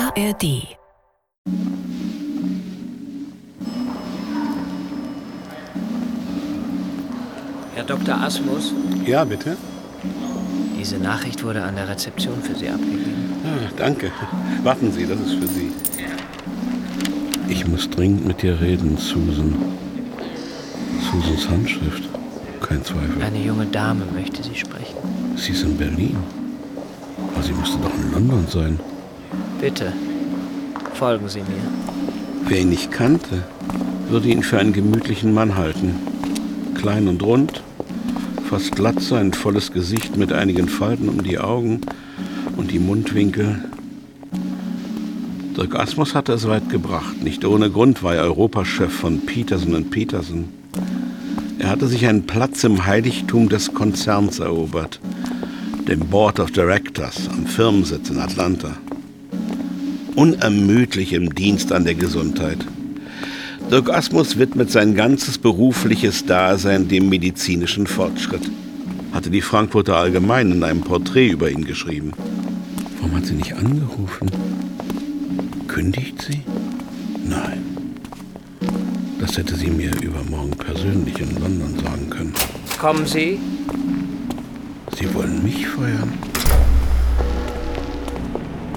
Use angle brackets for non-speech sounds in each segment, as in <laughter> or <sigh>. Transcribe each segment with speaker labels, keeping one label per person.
Speaker 1: ARD.
Speaker 2: Herr Dr. Asmus,
Speaker 3: Ja, bitte.
Speaker 2: diese Nachricht wurde an der Rezeption für Sie abgegeben.
Speaker 3: Ah, danke. Warten Sie, das ist für Sie. Ich muss dringend mit dir reden, Susan. Susans Handschrift. Kein Zweifel.
Speaker 2: Eine junge Dame möchte Sie sprechen.
Speaker 3: Sie ist in Berlin. Aber sie müsste doch in London sein.
Speaker 2: Bitte, folgen Sie mir.
Speaker 3: Wer ihn nicht kannte, würde ihn für einen gemütlichen Mann halten. Klein und rund, fast glatt sein volles Gesicht mit einigen Falten um die Augen und die Mundwinkel. Dirk Asmus hatte es weit gebracht. Nicht ohne Grund war er Europachef von Peterson und Peterson. Er hatte sich einen Platz im Heiligtum des Konzerns erobert, dem Board of Directors am Firmensitz in Atlanta unermüdlich im Dienst an der Gesundheit. Dirk Asmus widmet sein ganzes berufliches Dasein dem medizinischen Fortschritt. Hatte die Frankfurter Allgemein in einem Porträt über ihn geschrieben. Warum hat sie nicht angerufen? Kündigt sie? Nein. Das hätte sie mir übermorgen persönlich in London sagen können.
Speaker 2: Kommen Sie?
Speaker 3: Sie wollen mich feuern.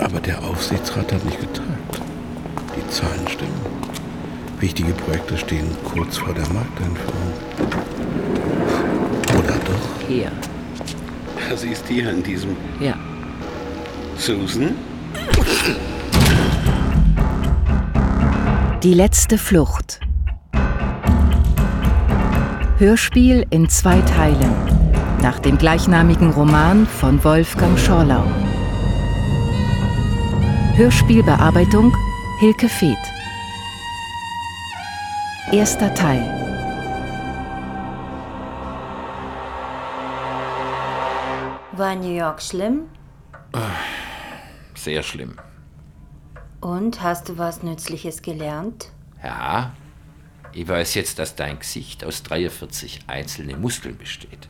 Speaker 3: Aber der Aufsichtsrat hat nicht getagt. Die Zahlen stimmen. Wichtige Projekte stehen kurz vor der Markteinführung. Oder doch?
Speaker 2: Hier.
Speaker 3: Sie ist hier in diesem.
Speaker 2: Ja.
Speaker 3: Susan?
Speaker 1: Die letzte Flucht. Hörspiel in zwei Teilen. Nach dem gleichnamigen Roman von Wolfgang Schorlau. Hörspielbearbeitung Hilke Feeth. Erster Teil.
Speaker 4: War New York schlimm?
Speaker 5: Sehr schlimm.
Speaker 4: Und hast du was Nützliches gelernt?
Speaker 5: Ja, ich weiß jetzt, dass dein Gesicht aus 43 einzelnen Muskeln besteht.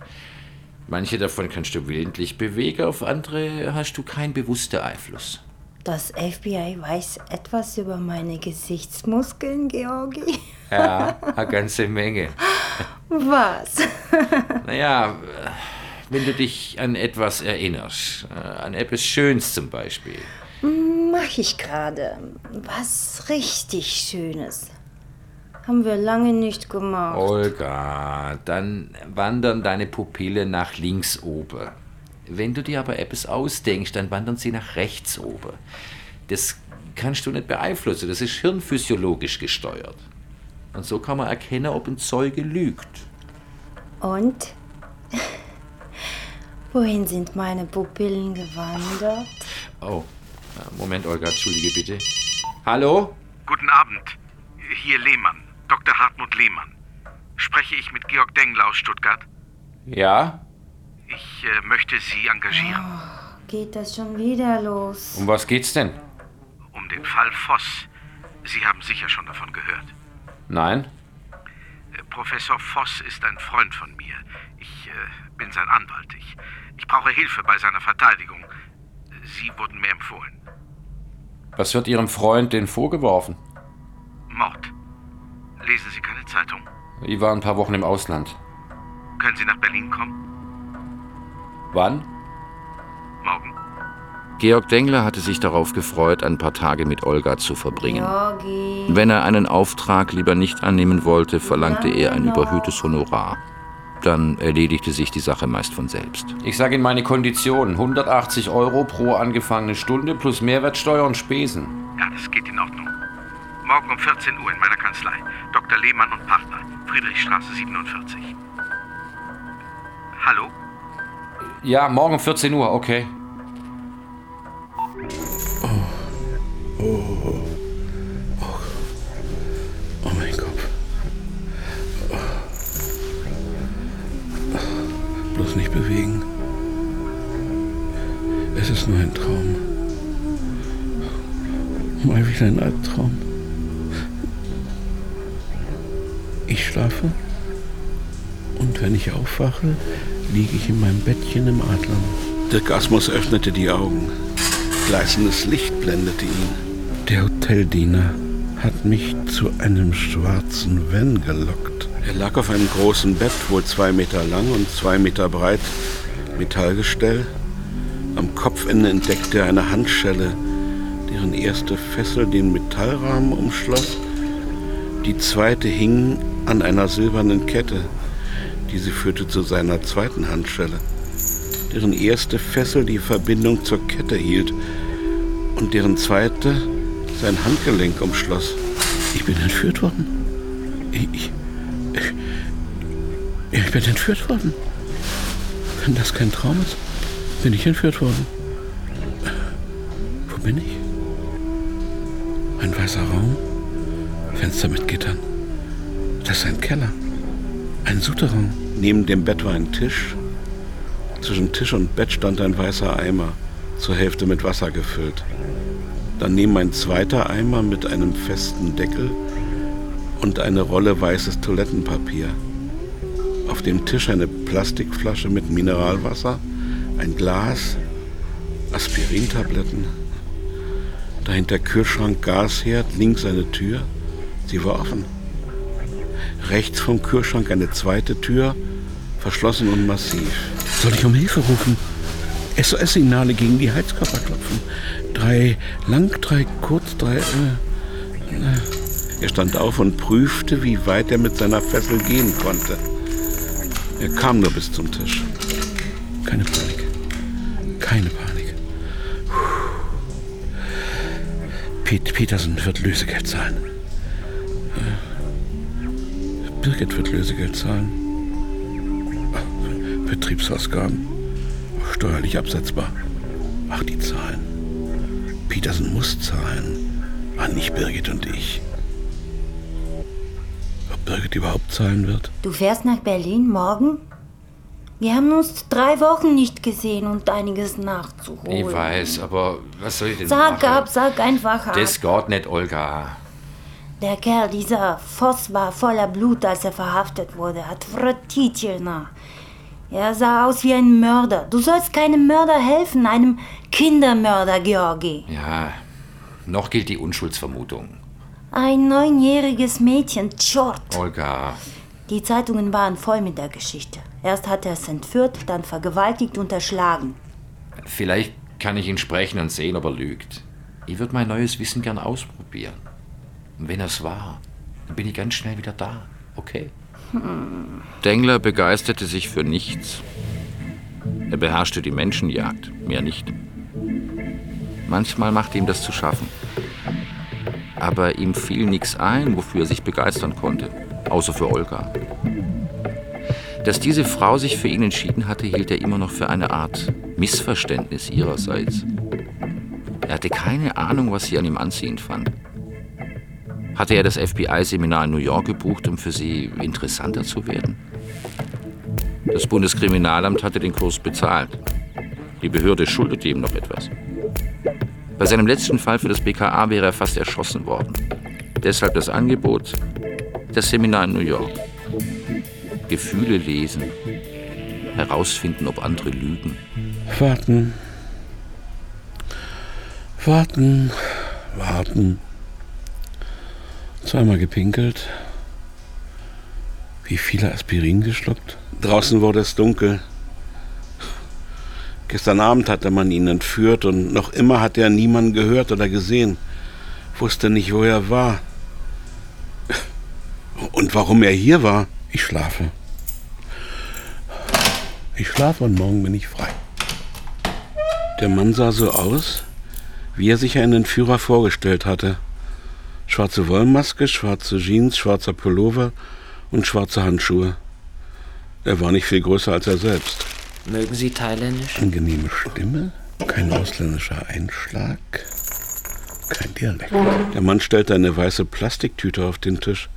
Speaker 5: Manche davon kannst du willentlich bewegen, auf andere hast du keinen bewussten Einfluss.
Speaker 4: Das FBI weiß etwas über meine Gesichtsmuskeln, Georgi.
Speaker 5: Ja, eine ganze Menge.
Speaker 4: <laughs> Was?
Speaker 5: Naja, wenn du dich an etwas erinnerst, äh, an etwas Schönes zum Beispiel.
Speaker 4: Mach ich gerade. Was richtig Schönes. Haben wir lange nicht gemacht.
Speaker 5: Olga, dann wandern deine Pupillen nach links oben. Wenn du dir aber etwas ausdenkst, dann wandern sie nach rechts oben. Das kannst du nicht beeinflussen, das ist hirnphysiologisch gesteuert. Und so kann man erkennen, ob ein Zeuge lügt.
Speaker 4: Und? Wohin sind meine Pupillen gewandert?
Speaker 5: Oh, äh, Moment, Olga, entschuldige bitte. Hallo?
Speaker 6: Guten Abend. Hier Lehmann, Dr. Hartmut Lehmann. Spreche ich mit Georg Dengler aus Stuttgart?
Speaker 5: Ja?
Speaker 6: Ich äh, möchte Sie engagieren.
Speaker 4: Geht das schon wieder los?
Speaker 5: Um was geht's denn?
Speaker 6: Um den Fall Voss. Sie haben sicher schon davon gehört.
Speaker 5: Nein?
Speaker 6: Äh, Professor Voss ist ein Freund von mir. Ich äh, bin sein Anwalt. Ich, ich brauche Hilfe bei seiner Verteidigung. Äh, Sie wurden mir empfohlen.
Speaker 5: Was wird Ihrem Freund denn vorgeworfen?
Speaker 6: Mord. Lesen Sie keine Zeitung.
Speaker 5: Ich war ein paar Wochen im Ausland.
Speaker 6: Können Sie nach Berlin kommen?
Speaker 5: Wann?
Speaker 6: Morgen.
Speaker 7: Georg Dengler hatte sich darauf gefreut, ein paar Tage mit Olga zu verbringen.
Speaker 4: Georgi.
Speaker 7: Wenn er einen Auftrag lieber nicht annehmen wollte, verlangte er ein überhöhtes Honorar. Dann erledigte sich die Sache meist von selbst.
Speaker 5: Ich sage Ihnen meine Konditionen. 180 Euro pro angefangene Stunde plus Mehrwertsteuer und Spesen.
Speaker 6: Ja, das geht in Ordnung. Morgen um 14 Uhr in meiner Kanzlei. Dr. Lehmann und Partner, Friedrichstraße 47. Hallo?
Speaker 5: Ja, morgen 14 Uhr, okay.
Speaker 3: Oh mein Kopf. Bloß nicht bewegen. Es ist nur ein Traum. Mal wieder ein Albtraum. Ich schlafe und wenn ich aufwache, liege ich in meinem Bettchen im Adler. Dirk Asmus öffnete die Augen. Gleißendes Licht blendete ihn. Der Hoteldiener hat mich zu einem schwarzen Van gelockt. Er lag auf einem großen Bett, wohl zwei Meter lang und zwei Meter breit, Metallgestell. Am Kopfende entdeckte er eine Handschelle, deren erste Fessel den Metallrahmen umschloss. Die zweite hing an einer silbernen Kette. Diese führte zu seiner zweiten Handschelle, deren erste Fessel die Verbindung zur Kette hielt und deren zweite sein Handgelenk umschloss. Ich bin entführt worden. Ich, ich, ich bin entführt worden. Wenn das kein Traum ist, bin ich entführt worden. Wo bin ich? Ein weißer Raum, Fenster mit Gittern. Das ist ein Keller, ein Souterrain. Neben dem Bett war ein Tisch. Zwischen Tisch und Bett stand ein weißer Eimer, zur Hälfte mit Wasser gefüllt. Daneben ein zweiter Eimer mit einem festen Deckel und eine Rolle weißes Toilettenpapier. Auf dem Tisch eine Plastikflasche mit Mineralwasser, ein Glas, Aspirintabletten. Dahinter Kühlschrank, Gasherd, links eine Tür. Sie war offen. Rechts vom Kühlschrank eine zweite Tür, verschlossen und massiv. Soll ich um Hilfe rufen? SOS-Signale gegen die Heizkörper klopfen. Drei lang, drei kurz, drei. Äh, äh. Er stand auf und prüfte, wie weit er mit seiner Fessel gehen konnte. Er kam nur bis zum Tisch. Keine Panik. Keine Panik. Puh. Pete Petersen wird Lösegeld zahlen. Äh, Birgit wird Lösegeld zahlen. Ach, Betriebsausgaben. Steuerlich absetzbar. Ach, die Zahlen. Petersen muss zahlen. Ah, nicht Birgit und ich. Ob Birgit überhaupt zahlen wird?
Speaker 4: Du fährst nach Berlin morgen? Wir haben uns drei Wochen nicht gesehen und einiges nachzuholen.
Speaker 8: Ich weiß, aber was soll ich denn
Speaker 4: Sag
Speaker 8: machen?
Speaker 4: ab, sag einfach ab.
Speaker 8: Das geht nicht, Olga.
Speaker 4: Der Kerl, dieser Voss, war voller Blut, als er verhaftet wurde. Отвратительно. Er sah aus wie ein Mörder. Du sollst keinem Mörder helfen, einem Kindermörder, Georgi.
Speaker 8: Ja, noch gilt die Unschuldsvermutung.
Speaker 4: Ein neunjähriges Mädchen, Tschort.
Speaker 8: Olga,
Speaker 4: Die Zeitungen waren voll mit der Geschichte. Erst hat er es entführt, dann vergewaltigt und erschlagen.
Speaker 8: vielleicht kann ich ihn sprechen und sehen, ob er lügt. Ich würde mein neues Wissen gern ausprobieren. Und wenn es war, dann bin ich ganz schnell wieder da. Okay?
Speaker 5: Dengler begeisterte sich für nichts. Er beherrschte die Menschenjagd, mehr nicht. Manchmal machte ihm das zu schaffen. Aber ihm fiel nichts ein, wofür er sich begeistern konnte, außer für Olga. Dass diese Frau sich für ihn entschieden hatte, hielt er immer noch für eine Art Missverständnis ihrerseits. Er hatte keine Ahnung, was sie an ihm anziehend fand. Hatte er das FBI-Seminar in New York gebucht, um für sie interessanter zu werden? Das Bundeskriminalamt hatte den Kurs bezahlt. Die Behörde schuldete ihm noch etwas. Bei seinem letzten Fall für das BKA wäre er fast erschossen worden. Deshalb das Angebot, das Seminar in New York. Gefühle lesen, herausfinden, ob andere lügen.
Speaker 3: Warten. Warten. Warten. Zweimal gepinkelt. Wie viele Aspirin geschluckt? Draußen wurde es dunkel. Gestern Abend hatte man ihn entführt und noch immer hat er niemanden gehört oder gesehen. Wusste nicht, wo er war. Und warum er hier war. Ich schlafe. Ich schlafe und morgen bin ich frei. Der Mann sah so aus, wie er sich einen Entführer vorgestellt hatte. Schwarze Wollmaske, schwarze Jeans, schwarzer Pullover und schwarze Handschuhe. Er war nicht viel größer als er selbst.
Speaker 2: Mögen Sie thailändisch?
Speaker 3: Angenehme Stimme, kein ausländischer Einschlag, kein Dialekt. Der Mann stellte eine weiße Plastiktüte auf den Tisch,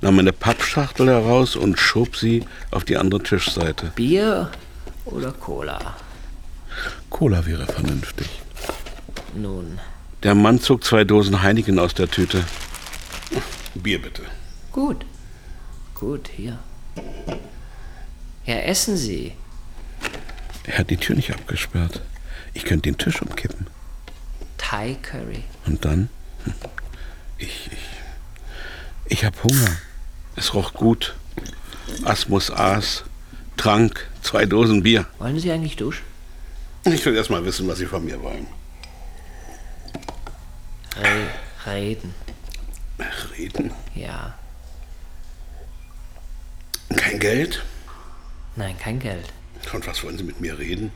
Speaker 3: nahm eine Pappschachtel heraus und schob sie auf die andere Tischseite.
Speaker 2: Bier oder Cola?
Speaker 3: Cola wäre vernünftig.
Speaker 2: Nun,
Speaker 3: Der Mann zog zwei Dosen Heineken aus der Tüte. Bier bitte.
Speaker 2: gut. Gut, hier. Ja, essen Sie.
Speaker 3: Er hat die Tür nicht abgesperrt. Ich könnte den Tisch umkippen. <laughs>
Speaker 2: Thai Curry.
Speaker 3: Und dann? Hm. Ich, ich, ich habe Hunger. Es roch gut. Asmus aß, trank zwei Dosen Bier.
Speaker 2: Wollen Sie eigentlich duschen?
Speaker 3: Ich will erst mal wissen, was Sie von mir wollen.
Speaker 2: Re reden.
Speaker 3: Ach, reden.
Speaker 2: Ja.
Speaker 3: Kein Geld?
Speaker 2: Nein, kein Geld.
Speaker 3: Und was wollen Sie mit mir reden?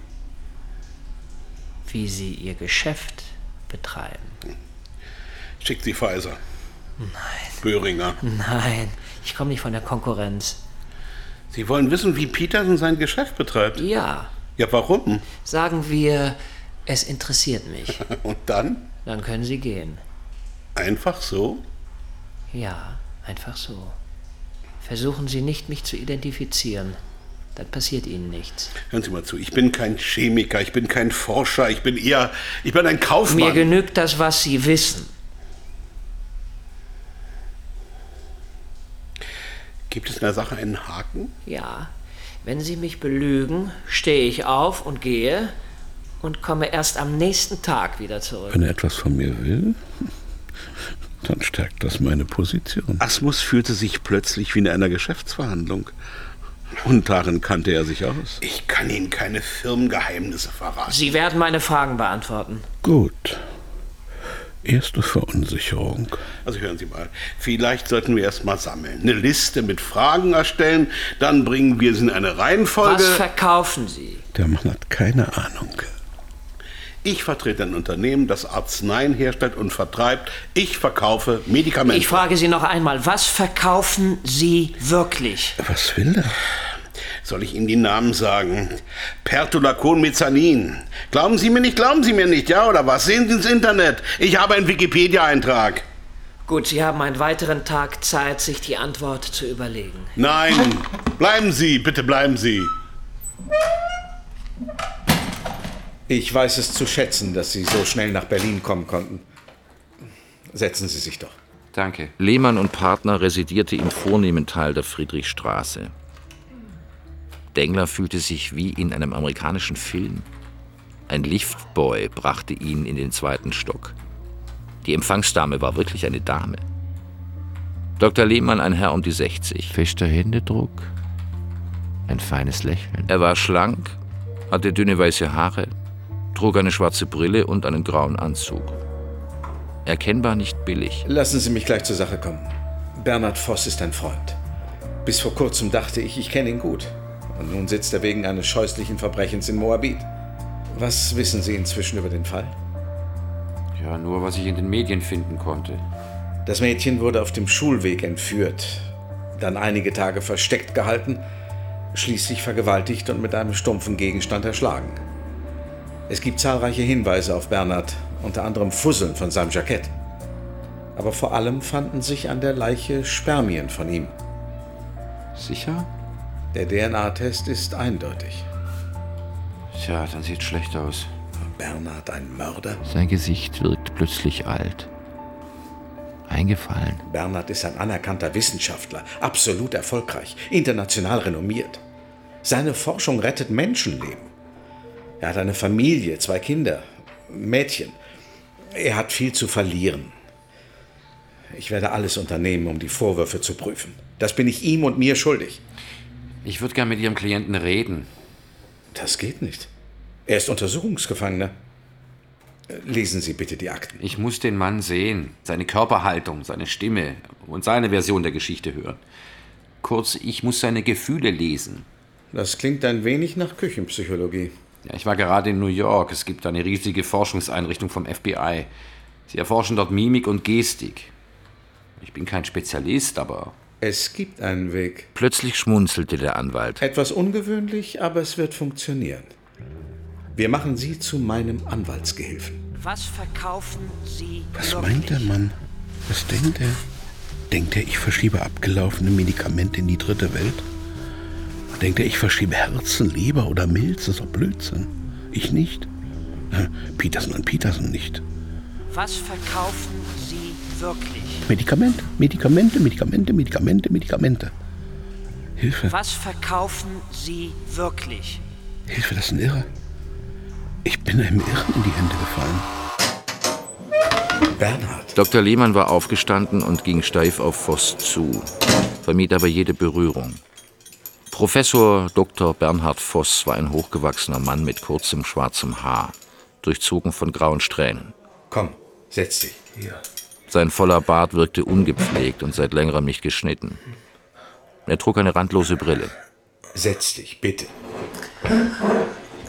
Speaker 2: Wie Sie Ihr Geschäft betreiben.
Speaker 3: Schickt Sie Pfizer. Nein. Böhringer.
Speaker 2: Nein, ich komme nicht von der Konkurrenz.
Speaker 3: Sie wollen wissen, wie Petersen sein Geschäft betreibt?
Speaker 2: Ja,
Speaker 3: Ja, warum?
Speaker 2: sagen wir, es interessiert mich.
Speaker 3: <laughs> Und dann?
Speaker 2: Dann können Sie gehen.
Speaker 3: Einfach so?
Speaker 2: Ja, einfach so. Versuchen Sie nicht, mich zu identifizieren. Dann passiert Ihnen nichts.
Speaker 3: Hören Sie mal zu, ich bin kein Chemiker, ich bin kein Forscher, ich bin eher, ich bin ein Kaufmann.
Speaker 2: Mir genügt das, was Sie wissen.
Speaker 3: Gibt es in der Sache einen Haken?
Speaker 2: Ja, wenn Sie mich belügen, stehe ich auf und gehe und komme erst am nächsten Tag wieder zurück.
Speaker 9: Wenn er etwas von mir will, <laughs> dann stärkt das meine Position.
Speaker 3: Asmus fühlte sich plötzlich wie in einer Geschäftsverhandlung. Und darin kannte er sich aus. Ich kann Ihnen keine Firmengeheimnisse verraten.
Speaker 2: Sie werden meine Fragen beantworten.
Speaker 9: Gut. Erste Verunsicherung.
Speaker 3: Also hören Sie mal, vielleicht sollten wir erst mal sammeln. Eine Liste mit Fragen erstellen, dann bringen wir sie in eine Reihenfolge.
Speaker 2: Was verkaufen Sie?
Speaker 9: Der Mann hat keine Ahnung.
Speaker 3: ich vertrete ein Unternehmen, das Arzneien herstellt und vertreibt. Ich verkaufe Medikamente.
Speaker 2: Ich frage Sie noch einmal, was verkaufen Sie wirklich?
Speaker 9: Was will er?
Speaker 3: Soll ich Ihnen die Namen sagen? Pertulacon Mezzanin. Glauben Sie mir nicht, glauben Sie mir nicht, ja oder was? Sehen Sie ins Internet. Ich habe einen Wikipedia-Eintrag.
Speaker 2: Gut, Sie haben einen weiteren Tag Zeit, sich die Antwort zu überlegen.
Speaker 3: Nein, bleiben Sie, bitte bleiben Sie.
Speaker 6: Ich weiß es zu schätzen, dass Sie so schnell nach Berlin kommen konnten. Setzen Sie sich doch.
Speaker 8: Danke.
Speaker 5: Lehmann und Partner residierte im vornehmen Teil der Friedrichstraße. Dengler fühlte sich wie in einem amerikanischen Film. Ein Liftboy brachte ihn in den zweiten Stock. Die Empfangsdame war wirklich eine Dame. Dr. Lehmann ein Herr um die 60.
Speaker 8: Fester Händedruck. Ein feines Lächeln.
Speaker 5: Er war schlank, hatte dünne weiße Haare, trug eine schwarze Brille und einen grauen Anzug. Erkennbar nicht billig.
Speaker 6: Lassen Sie mich gleich zur Sache kommen. Bernhard Voss ist ein Freund. Bis vor kurzem dachte ich, ich kenne ihn gut. Und nun sitzt er wegen eines scheußlichen Verbrechens in Moabit. Was wissen Sie inzwischen über den Fall?
Speaker 8: Ja, nur was ich in den Medien finden konnte.
Speaker 6: Das Mädchen wurde auf dem Schulweg entführt, dann einige Tage versteckt gehalten, schließlich vergewaltigt und mit einem stumpfen Gegenstand erschlagen. Es gibt zahlreiche Hinweise auf Bernhard, unter anderem Fusseln von seinem Jackett. Aber vor allem fanden sich an der Leiche Spermien von ihm.
Speaker 8: Sicher?
Speaker 6: Der DNA-Test ist eindeutig.
Speaker 8: Tja, dann sieht schlecht aus.
Speaker 6: Bernhard ein Mörder?
Speaker 5: Sein Gesicht wirkt plötzlich alt. Eingefallen.
Speaker 6: Bernhard ist ein anerkannter Wissenschaftler, absolut erfolgreich, international renommiert. Seine Forschung rettet Menschenleben. Er hat eine Familie, zwei Kinder, Mädchen. Er hat viel zu verlieren. Ich werde alles unternehmen, um die Vorwürfe zu prüfen. Das bin ich ihm und mir schuldig.
Speaker 8: Ich würde gern mit Ihrem Klienten reden.
Speaker 6: Das geht nicht. Er ist Untersuchungsgefangener. Lesen Sie bitte die Akten.
Speaker 8: Ich muss den Mann sehen, seine Körperhaltung, seine Stimme und seine Version der Geschichte hören. Kurz, ich muss seine Gefühle lesen.
Speaker 6: Das klingt ein wenig nach Küchenpsychologie.
Speaker 8: Ja, ich war gerade in New York. Es gibt eine riesige Forschungseinrichtung vom FBI. Sie erforschen dort Mimik und Gestik. Ich bin kein Spezialist, aber
Speaker 6: Es gibt einen Weg.
Speaker 5: Plötzlich schmunzelte der Anwalt.
Speaker 6: Etwas ungewöhnlich, aber es wird funktionieren. Wir machen Sie zu meinem Anwaltsgehilfen.
Speaker 2: Was verkaufen Sie
Speaker 9: Was
Speaker 2: wirklich?
Speaker 9: meint der Mann? Was denkt er? Denkt er, ich verschiebe abgelaufene Medikamente in die dritte Welt? Denkt er, ich verschiebe Herzen, Leber oder Milz? Das ist doch Blödsinn. Ich nicht. Petersen und Petersen nicht.
Speaker 2: Was verkaufen Sie wirklich?
Speaker 9: Medikament, Medikamente, Medikamente, Medikamente, Medikamente. Hilfe,
Speaker 2: Was verkaufen Sie wirklich?
Speaker 9: Hilfe, das ist ein Irrer. Ich bin einem Irren in die Hände gefallen.
Speaker 6: Bernhard.
Speaker 5: Dr. Lehmann war aufgestanden und ging steif auf Voss zu, vermied aber jede Berührung. Professor Dr. Bernhard Voss war ein hochgewachsener Mann mit kurzem schwarzem Haar, durchzogen von grauen Strähnen.
Speaker 6: Komm, setz dich. Hier.
Speaker 5: Sein voller Bart wirkte ungepflegt und seit längerem nicht geschnitten. Er trug eine randlose Brille.
Speaker 6: Setz dich, bitte.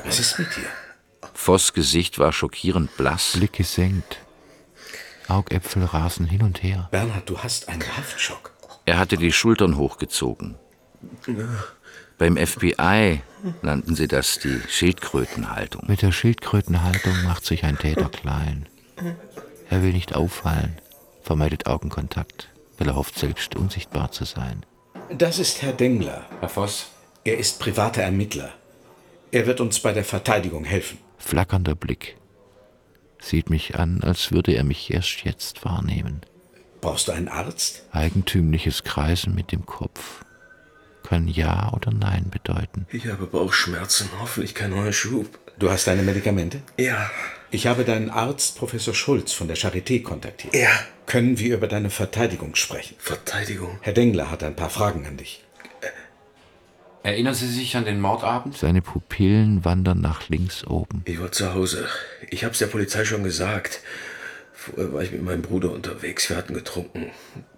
Speaker 6: Was ist mit dir?
Speaker 5: Voss Gesicht war schockierend blass.
Speaker 10: Blick gesenkt. Augäpfel rasen hin und her.
Speaker 6: Bernhard, du hast einen Haftschock.
Speaker 5: Er hatte die Schultern hochgezogen. Beim FBI nannten sie das die Schildkrötenhaltung.
Speaker 10: Mit der Schildkrötenhaltung macht sich ein
Speaker 5: <laughs>
Speaker 10: Täter klein. Er will nicht auffallen, vermeidet Augenkontakt, weil er hofft, selbst unsichtbar zu sein.
Speaker 6: Das ist Herr Dengler.
Speaker 10: Herr Voss,
Speaker 6: Er ist privater Ermittler. Er wird uns bei der Verteidigung helfen.
Speaker 10: flackernder Blick. Sieht mich an, als würde er mich erst jetzt wahrnehmen.
Speaker 6: Brauchst du einen Arzt?
Speaker 10: Eigentümliches Kreisen mit dem Kopf. Kann Ja oder Nein bedeuten.
Speaker 11: Ich habe Bauchschmerzen, hoffentlich kein neuer Schub.
Speaker 6: Du hast deine Medikamente?
Speaker 11: Ja,
Speaker 6: Ich habe deinen Arzt, Professor Schulz von der Charité, kontaktiert.
Speaker 11: Ja.
Speaker 6: Können wir über deine Verteidigung sprechen?
Speaker 11: Verteidigung.
Speaker 6: Herr Dengler hat ein paar Fragen an dich.
Speaker 10: Erinnern Sie sich an den Mordabend? Seine Pupillen wandern nach links oben.
Speaker 11: Ich war zu Hause. Ich hab's der Polizei schon gesagt. Vorher war ich mit meinem Bruder unterwegs. Wir hatten getrunken.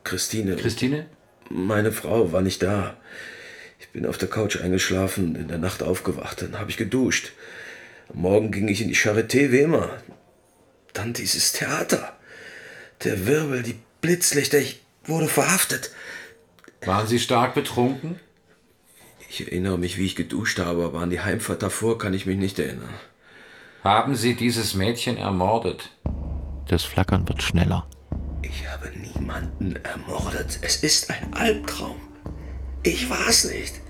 Speaker 11: Christine,
Speaker 10: Christine?
Speaker 11: meine Frau, war nicht da. Ich bin auf der Couch eingeschlafen, in der Nacht aufgewacht. Dann habe ich geduscht. Am Morgen ging ich in die Charité, wie immer. Dann dieses Theater. Der Wirbel, die Blitzlichter. Ich wurde verhaftet.
Speaker 10: Waren Sie stark betrunken?
Speaker 11: Ich erinnere mich, wie ich geduscht habe, aber an die Heimfahrt davor kann ich mich nicht erinnern.
Speaker 10: Haben Sie dieses Mädchen ermordet? Das Flackern wird schneller.
Speaker 11: Ich habe niemanden ermordet. Es ist ein Albtraum. Ich war es nicht.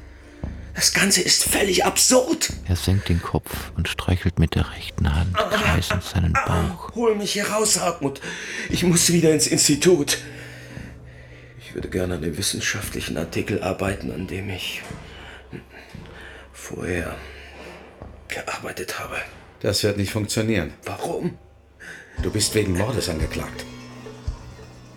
Speaker 11: Das Ganze ist völlig absurd.
Speaker 10: Er senkt den Kopf und streichelt mit der rechten Hand kreisend seinen Bauch.
Speaker 11: Hol mich hier raus, Hartmut. Ich muss wieder ins Institut. Ich würde gerne an dem wissenschaftlichen Artikel arbeiten, an dem ich vorher gearbeitet habe.
Speaker 6: Das wird nicht funktionieren.
Speaker 11: Warum?
Speaker 6: Du bist wegen Mordes angeklagt.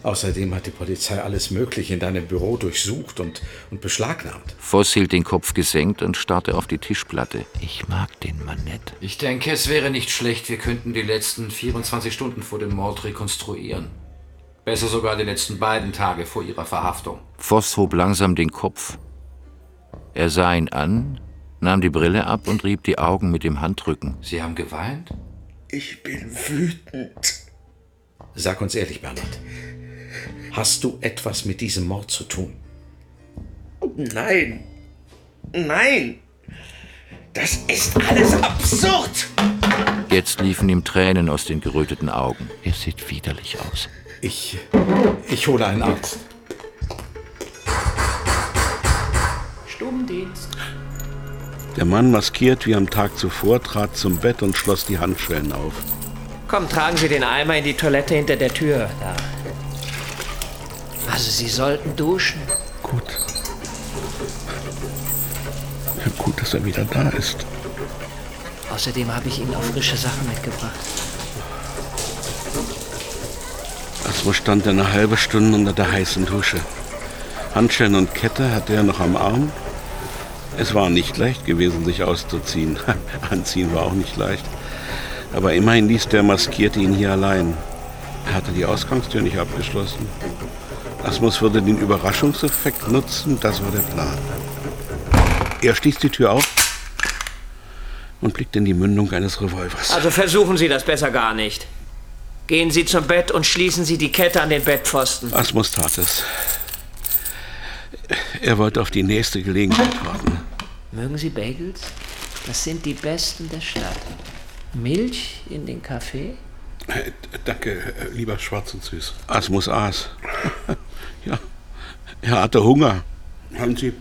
Speaker 6: Außerdem hat die Polizei alles Mögliche in deinem Büro durchsucht und, und beschlagnahmt.
Speaker 5: Voss hielt den Kopf gesenkt und starrte auf die Tischplatte.
Speaker 10: Ich mag den Mann nicht.
Speaker 5: Ich denke, es wäre nicht schlecht, wir könnten die letzten 24 Stunden vor dem Mord rekonstruieren.
Speaker 10: Besser sogar die letzten beiden Tage vor ihrer Verhaftung.
Speaker 5: Voss hob langsam den Kopf. Er sah ihn an, nahm die Brille ab und rieb die Augen mit dem Handrücken.
Speaker 10: Sie haben geweint?
Speaker 11: Ich bin wütend.
Speaker 6: Sag uns ehrlich, Bernhard. Hast du etwas mit diesem Mord zu tun?
Speaker 11: Nein. Nein. Das ist alles absurd.
Speaker 5: Jetzt liefen ihm Tränen aus den geröteten Augen.
Speaker 10: Er sieht widerlich aus.
Speaker 6: Ich. Ich hole einen Arzt.
Speaker 2: Stummdienst.
Speaker 3: Der Mann, maskiert wie am Tag zuvor, trat zum Bett und schloss die Handschellen auf.
Speaker 2: Komm, tragen Sie den Eimer in die Toilette hinter der Tür. Da. Also, Sie sollten duschen.
Speaker 12: Gut. Ja, gut, dass er wieder da ist.
Speaker 2: Außerdem habe ich Ihnen auch frische Sachen mitgebracht.
Speaker 3: Asmus stand eine halbe Stunde unter der heißen Dusche. Handschellen und Kette hatte er noch am Arm. Es war nicht leicht gewesen, sich auszuziehen. <laughs> Anziehen war auch nicht leicht. Aber immerhin ließ der Maskierte ihn hier allein. Er hatte die Ausgangstür nicht abgeschlossen. Asmus würde den Überraschungseffekt nutzen, das war der Plan. Er stieß die Tür auf und blickte in die Mündung eines Revolvers.
Speaker 2: Also versuchen Sie das besser gar nicht. Gehen Sie zum Bett und schließen Sie die Kette an den Bettpfosten.
Speaker 3: Asmus tat es. Er wollte auf die nächste Gelegenheit warten.
Speaker 2: Mögen Sie Bagels? Das sind die besten der Stadt. Milch in den Kaffee?
Speaker 3: Äh, Danke, äh, lieber Schwarz und Süß. Asmus aß. <laughs> ja, er hatte Hunger. Haben Sie.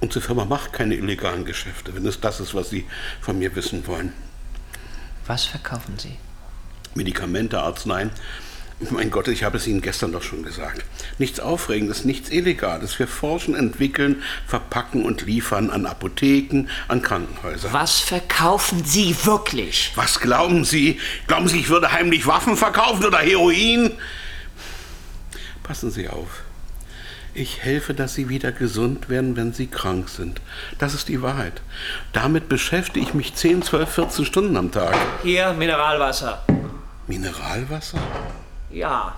Speaker 3: Unsere Firma macht keine illegalen Geschäfte, wenn es das ist, was Sie von mir wissen wollen.
Speaker 2: Was verkaufen Sie?
Speaker 3: Medikamente, Arzneien, Mein Gott, ich habe es Ihnen gestern doch schon gesagt. Nichts Aufregendes, nichts Illegales. Wir forschen, entwickeln, verpacken und liefern an Apotheken, an Krankenhäuser.
Speaker 2: Was verkaufen Sie wirklich?
Speaker 3: Was glauben Sie? Glauben Sie, ich würde heimlich Waffen verkaufen oder Heroin? Passen Sie auf. Ich helfe, dass Sie wieder gesund werden, wenn Sie krank sind. Das ist die Wahrheit. Damit beschäftige ich mich 10, 12, 14 Stunden am Tag.
Speaker 2: Hier, Mineralwasser.
Speaker 3: Mineralwasser?
Speaker 2: Ja.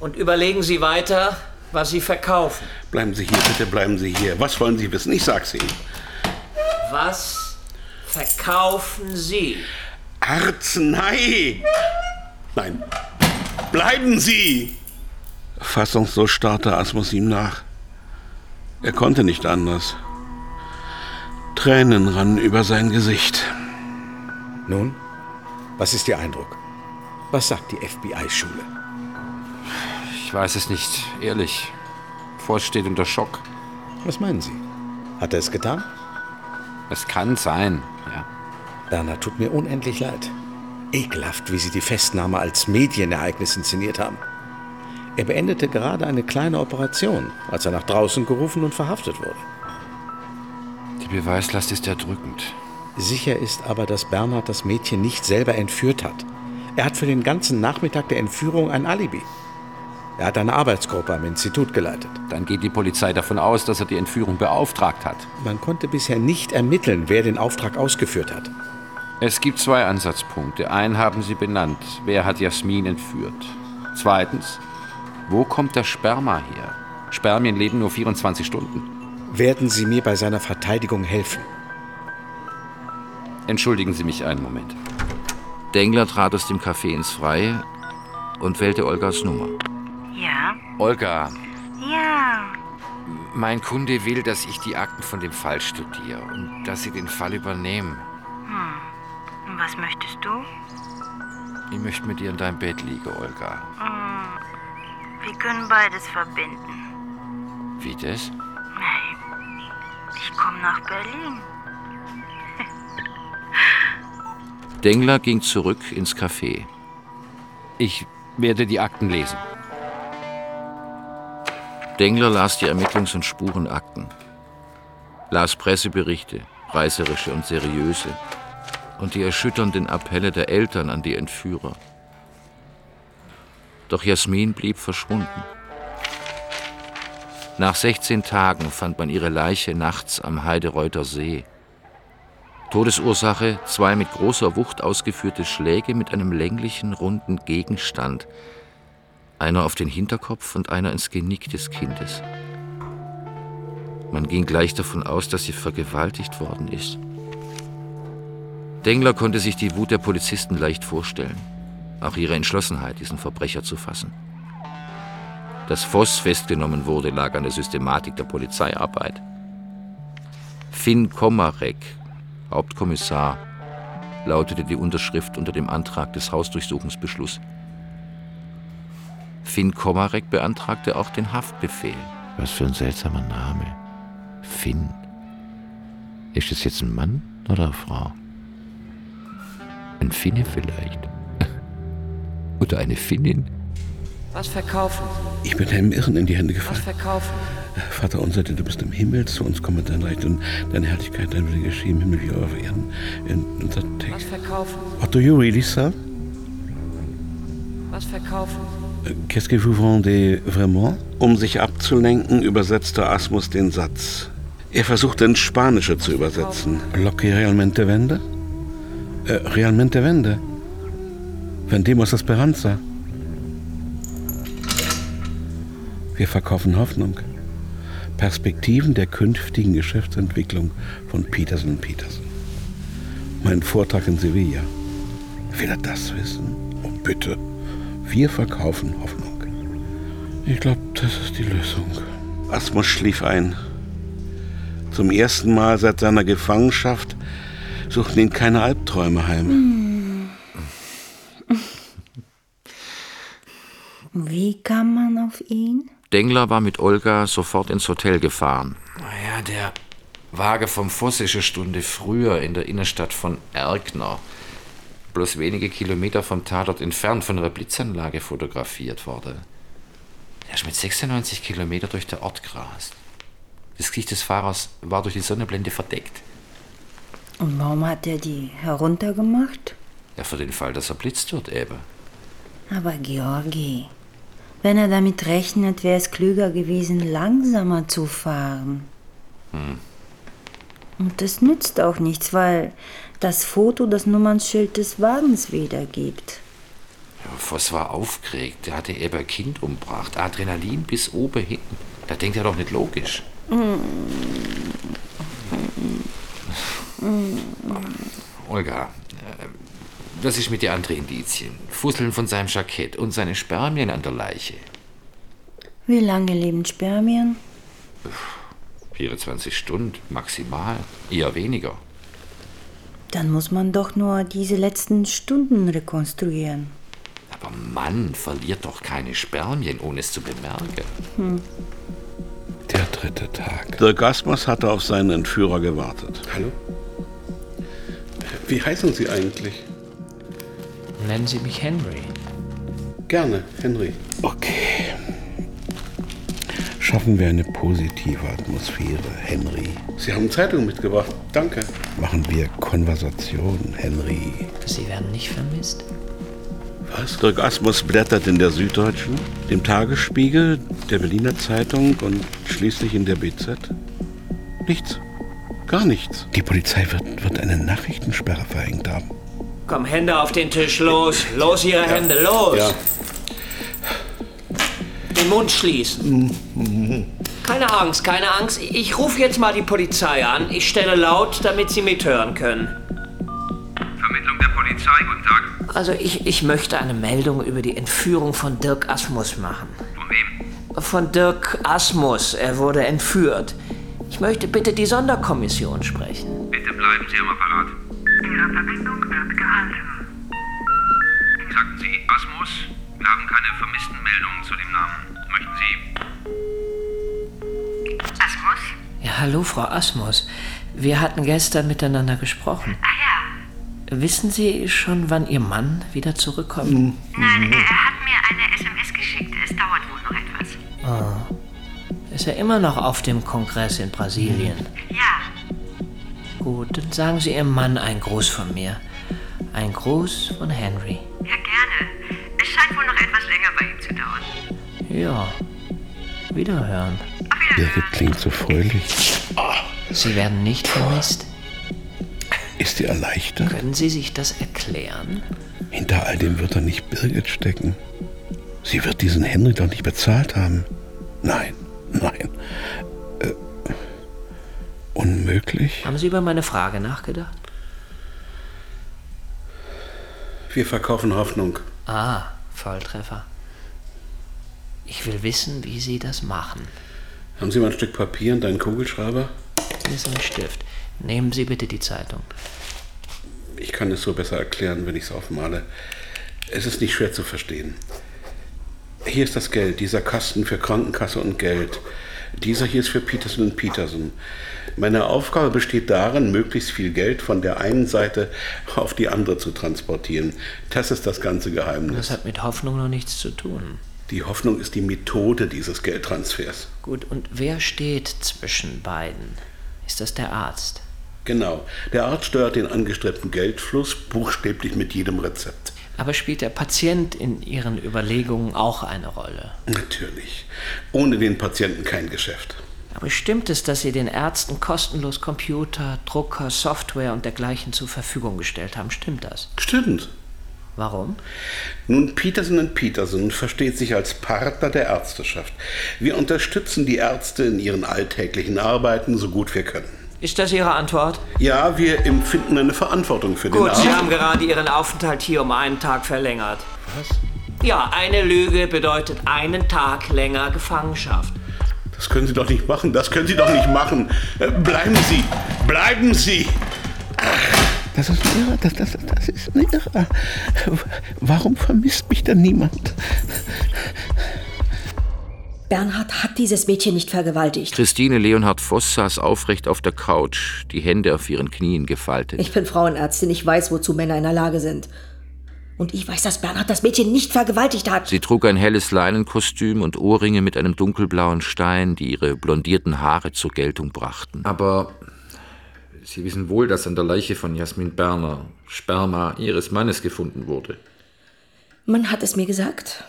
Speaker 2: Und überlegen Sie weiter, was Sie verkaufen.
Speaker 3: Bleiben Sie hier, bitte bleiben Sie hier. Was wollen Sie wissen? Ich sag's Ihnen.
Speaker 2: Was verkaufen Sie?
Speaker 3: Arznei! Nein. Bleiben Sie! Fassungslos starrte Asmus ihm nach. Er konnte nicht anders. Tränen rannen über sein Gesicht.
Speaker 6: Nun, was ist Ihr Eindruck? Was sagt die FBI-Schule?
Speaker 8: Ich weiß es nicht, ehrlich. Voss steht unter Schock.
Speaker 6: Was meinen Sie? Hat er es getan?
Speaker 8: Es kann sein, ja.
Speaker 6: Dana tut mir unendlich leid. Ekelhaft, wie Sie die Festnahme als Medienereignis inszeniert haben. Er beendete gerade eine kleine Operation, als er nach draußen gerufen und verhaftet wurde.
Speaker 8: Die Beweislast ist erdrückend.
Speaker 6: Sicher ist aber, dass Bernhard das Mädchen nicht selber entführt hat. Er hat für den ganzen Nachmittag der Entführung ein Alibi. Er hat eine Arbeitsgruppe am Institut geleitet.
Speaker 8: Dann geht die Polizei davon aus, dass er die Entführung beauftragt hat.
Speaker 6: Man konnte bisher nicht ermitteln, wer den Auftrag ausgeführt hat.
Speaker 8: Es gibt zwei Ansatzpunkte. Einen haben Sie benannt. Wer hat Jasmin entführt? Zweitens, wo kommt das Sperma her? Spermien leben nur 24 Stunden.
Speaker 6: Werden Sie mir bei seiner Verteidigung helfen?
Speaker 8: Entschuldigen Sie mich einen Moment.
Speaker 5: Dengler trat aus dem Café ins Freie und wählte Olgas Nummer.
Speaker 13: Ja,
Speaker 8: Olga,
Speaker 13: ja,
Speaker 8: mein Kunde will, dass ich die Akten von dem Fall studiere und dass Sie den Fall übernehmen.
Speaker 13: und Hm, was möchtest du?
Speaker 8: Ich möchte mit dir in deinem Bett liegen, Olga.
Speaker 13: Hm, Wir können beides verbinden.
Speaker 8: Wie das?
Speaker 13: Hey, ich komme nach Berlin.
Speaker 5: Dengler ging zurück ins Café.
Speaker 8: Ich werde die Akten lesen.
Speaker 5: Dengler las die Ermittlungs- und Spurenakten, las Presseberichte, reißerische und seriöse, und die erschütternden Appelle der Eltern an die Entführer. Doch Jasmin blieb verschwunden. Nach 16 Tagen fand man ihre Leiche nachts am Heidereuter See. Todesursache zwei mit großer Wucht ausgeführte Schläge mit einem länglichen, runden Gegenstand, einer auf den Hinterkopf und einer ins Genick des Kindes. Man ging gleich davon aus, dass sie vergewaltigt worden ist. Dengler konnte sich die Wut der Polizisten leicht vorstellen, auch ihre Entschlossenheit, diesen Verbrecher zu fassen. Dass Voss festgenommen wurde, lag an der Systematik der Polizeiarbeit. Finn Komarek, Hauptkommissar, lautete die Unterschrift unter dem Antrag des Hausdurchsuchungsbeschluss. Finn Komarek beantragte auch den Haftbefehl. Was für ein seltsamer Name. Finn. Ist es jetzt ein Mann oder eine Frau? Ein Finne vielleicht. <laughs> Oder eine Finnin?
Speaker 2: Was verkaufen Sie?
Speaker 9: Ich bin einem Irren in die Hände
Speaker 2: Was
Speaker 9: gefallen.
Speaker 2: verkaufen Sie?
Speaker 9: Vater unser, der du bist im Himmel, zu uns komme dein Reich und deine Herrlichkeit, dein Wille geschehen, im Himmel wie auf Erden. In unser
Speaker 2: Was
Speaker 9: Text.
Speaker 2: verkaufen Sie?
Speaker 9: What do you really sir?
Speaker 2: Was verkaufen Sie?
Speaker 9: Qu'est-ce que vous vendez vraiment?
Speaker 3: Um sich abzulenken, übersetzte Asmus den Satz. Er versuchte ins Spanische zu übersetzen.
Speaker 9: Lo que realmente vende? Äh, realmente vende. Vendemos esperanza. Wir verkaufen Hoffnung. Perspektiven der künftigen Geschäftsentwicklung von Peterson Peterson. Mein Vortrag in Sevilla. Will er das wissen? Oh, bitte. Wir verkaufen Hoffnung. Ich glaube, das ist die Lösung.
Speaker 3: Asmus schlief ein. Zum ersten Mal seit seiner Gefangenschaft suchten ihn keine Albträume heim.
Speaker 4: Hm. Wie kam man auf ihn?
Speaker 5: Dengler war mit Olga sofort ins Hotel gefahren.
Speaker 8: Naja, der Waage vom Voss ist eine Stunde früher in der Innenstadt von Erkner.
Speaker 5: bloß wenige Kilometer vom Tatort entfernt von einer Blitzanlage fotografiert wurde. Er ist mit 96 Kilometer durch den Ort gerast. Das Gesicht des Fahrers war durch die Sonnenblende verdeckt.
Speaker 4: Und warum hat er die heruntergemacht?
Speaker 5: Ja, für den Fall, dass er blitzt wird, eben.
Speaker 4: Aber Georgi, wenn er damit rechnet, wäre es klüger gewesen, langsamer zu fahren.
Speaker 5: Hm.
Speaker 4: Und das nützt auch nichts, weil das Foto das Nummernschild des Wagens wiedergibt.
Speaker 5: Ja, Voss war aufgeregt. Der hatte eben ein Kind umgebracht. Adrenalin bis oben hin. Da denkt er doch nicht logisch.
Speaker 4: Mm.
Speaker 5: Olga, äh, das ist mit den anderen Indizien. Fusseln von seinem Jackett und seine Spermien an der Leiche.
Speaker 4: Wie lange leben Spermien?
Speaker 5: 24 Stunden maximal, eher weniger.
Speaker 4: Dann muss man doch nur diese letzten Stunden rekonstruieren.
Speaker 5: Aber Mann verliert doch keine Spermien, ohne es zu bemerken.
Speaker 4: Hm.
Speaker 14: Der dritte Tag. Dirk Asmus hatte auf seinen Entführer gewartet.
Speaker 3: Hallo? Wie heißen Sie eigentlich?
Speaker 2: Nennen Sie mich Henry.
Speaker 3: Gerne, Henry.
Speaker 14: Okay.
Speaker 3: Schaffen wir eine positive Atmosphäre, Henry. Sie haben Zeitung mitgebracht. Danke. Machen wir Konversation, Henry.
Speaker 2: Sie werden nicht vermisst.
Speaker 14: Was? Dirk Asmus blättert in der Süddeutschen, dem Tagesspiegel, der Berliner Zeitung und schließlich in der BZ.
Speaker 3: Nichts. Gar nichts. Die Polizei wird, wird eine Nachrichtensperre verhängt haben.
Speaker 2: Komm, Hände auf den Tisch, los. Los, Ihre Hände, los.
Speaker 3: Ja.
Speaker 2: Den Mund schließen.
Speaker 14: Mhm.
Speaker 2: Keine Angst, keine Angst. Ich rufe jetzt mal die Polizei an. Ich stelle laut, damit Sie mithören können.
Speaker 15: Vermittlung der Polizei, guten Tag.
Speaker 2: Also ich, ich möchte eine Meldung über die Entführung von Dirk Asmus machen.
Speaker 15: Von wem?
Speaker 2: Von Dirk Asmus. Er wurde entführt. Ich möchte bitte die Sonderkommission sprechen.
Speaker 15: Bitte bleiben Sie am Apparat.
Speaker 16: Ihre Verbindung wird gehalten.
Speaker 15: Sagten Sie Asmus? Wir haben keine vermissten Meldungen zu dem Namen. Möchten Sie?
Speaker 16: Asmus?
Speaker 2: Ja, hallo, Frau Asmus. Wir hatten gestern miteinander gesprochen.
Speaker 16: Ach ja.
Speaker 2: Wissen Sie schon, wann Ihr Mann wieder zurückkommt?
Speaker 16: Nein, er, er hat mir eine SMS geschickt. Es dauert wohl noch etwas.
Speaker 2: Ah. Ist er immer noch auf dem Kongress in Brasilien?
Speaker 16: Ja,
Speaker 2: Gut, dann sagen Sie Ihrem Mann einen Gruß von mir. Ein Gruß von Henry.
Speaker 16: ja gerne. Es scheint wohl noch etwas länger bei ihm zu dauern.
Speaker 2: Ja. Wiederhören.
Speaker 3: Birgit klingt so fröhlich.
Speaker 2: Sie werden nicht vermisst.
Speaker 3: Ist die erleichtert?
Speaker 2: Können Sie sich das erklären?
Speaker 3: Hinter all dem wird doch nicht Birgit stecken. Sie wird diesen Henry doch nicht bezahlt haben. Nein, nein. Äh, unmöglich?
Speaker 2: Haben Sie über meine Frage nachgedacht?
Speaker 3: Wir verkaufen Hoffnung.
Speaker 2: Ah, Volltreffer. Ich will wissen, wie Sie das machen.
Speaker 3: Haben Sie mal ein Stück Papier und einen Kugelschreiber?
Speaker 2: Hier ist ein Stift. Nehmen Sie bitte die Zeitung.
Speaker 3: Ich kann es so besser erklären, wenn ich es aufmale. Es ist nicht schwer zu verstehen. Hier ist das Geld, dieser Kasten für Krankenkasse und Geld. Dieser hier ist für Peterson und Peterson. Meine Aufgabe besteht darin, möglichst viel Geld von der einen Seite auf die andere zu transportieren. Das ist das ganze Geheimnis.
Speaker 2: Das hat mit Hoffnung noch nichts zu tun.
Speaker 3: Die Hoffnung ist die Methode dieses Geldtransfers.
Speaker 2: Gut, und wer steht zwischen beiden? Ist das der Arzt?
Speaker 3: Genau. Der Arzt steuert den angestrebten Geldfluss buchstäblich mit jedem Rezept.
Speaker 2: Aber spielt der Patient in Ihren Überlegungen auch eine Rolle?
Speaker 3: Natürlich. Ohne den Patienten kein Geschäft.
Speaker 2: Aber stimmt es, dass Sie den Ärzten kostenlos Computer, Drucker, Software und dergleichen zur Verfügung gestellt haben? Stimmt das?
Speaker 3: Stimmt.
Speaker 2: Warum?
Speaker 3: Nun, Peterson und Peterson versteht sich als Partner der Ärzteschaft. Wir unterstützen die Ärzte in ihren alltäglichen Arbeiten so gut wir können.
Speaker 2: Ist das Ihre Antwort?
Speaker 3: Ja, wir empfinden eine Verantwortung für den
Speaker 2: Gut,
Speaker 3: Arzt.
Speaker 2: Sie haben gerade Ihren Aufenthalt hier um einen Tag verlängert. Was? Ja, eine Lüge bedeutet einen Tag länger Gefangenschaft.
Speaker 3: Das können Sie doch nicht machen. Das können Sie doch nicht machen. Äh, Bleiben Sie. Bleiben Sie.
Speaker 6: Das ist ein Irrer, das, das, das ist ein Irrer. Warum vermisst mich denn niemand?
Speaker 17: Bernhard hat dieses Mädchen nicht vergewaltigt.
Speaker 5: Christine Leonhard Voss saß aufrecht auf der Couch, die Hände auf ihren Knien gefaltet.
Speaker 17: Ich bin Frauenärztin, ich weiß, wozu Männer in der Lage sind. Und ich weiß, dass Bernhard das Mädchen nicht vergewaltigt hat.
Speaker 5: Sie trug ein helles Leinenkostüm und Ohrringe mit einem dunkelblauen Stein, die ihre blondierten Haare zur Geltung brachten.
Speaker 8: Aber Sie wissen wohl, dass an der Leiche von Jasmin Berner Sperma ihres Mannes gefunden wurde.
Speaker 17: Man hat es mir gesagt.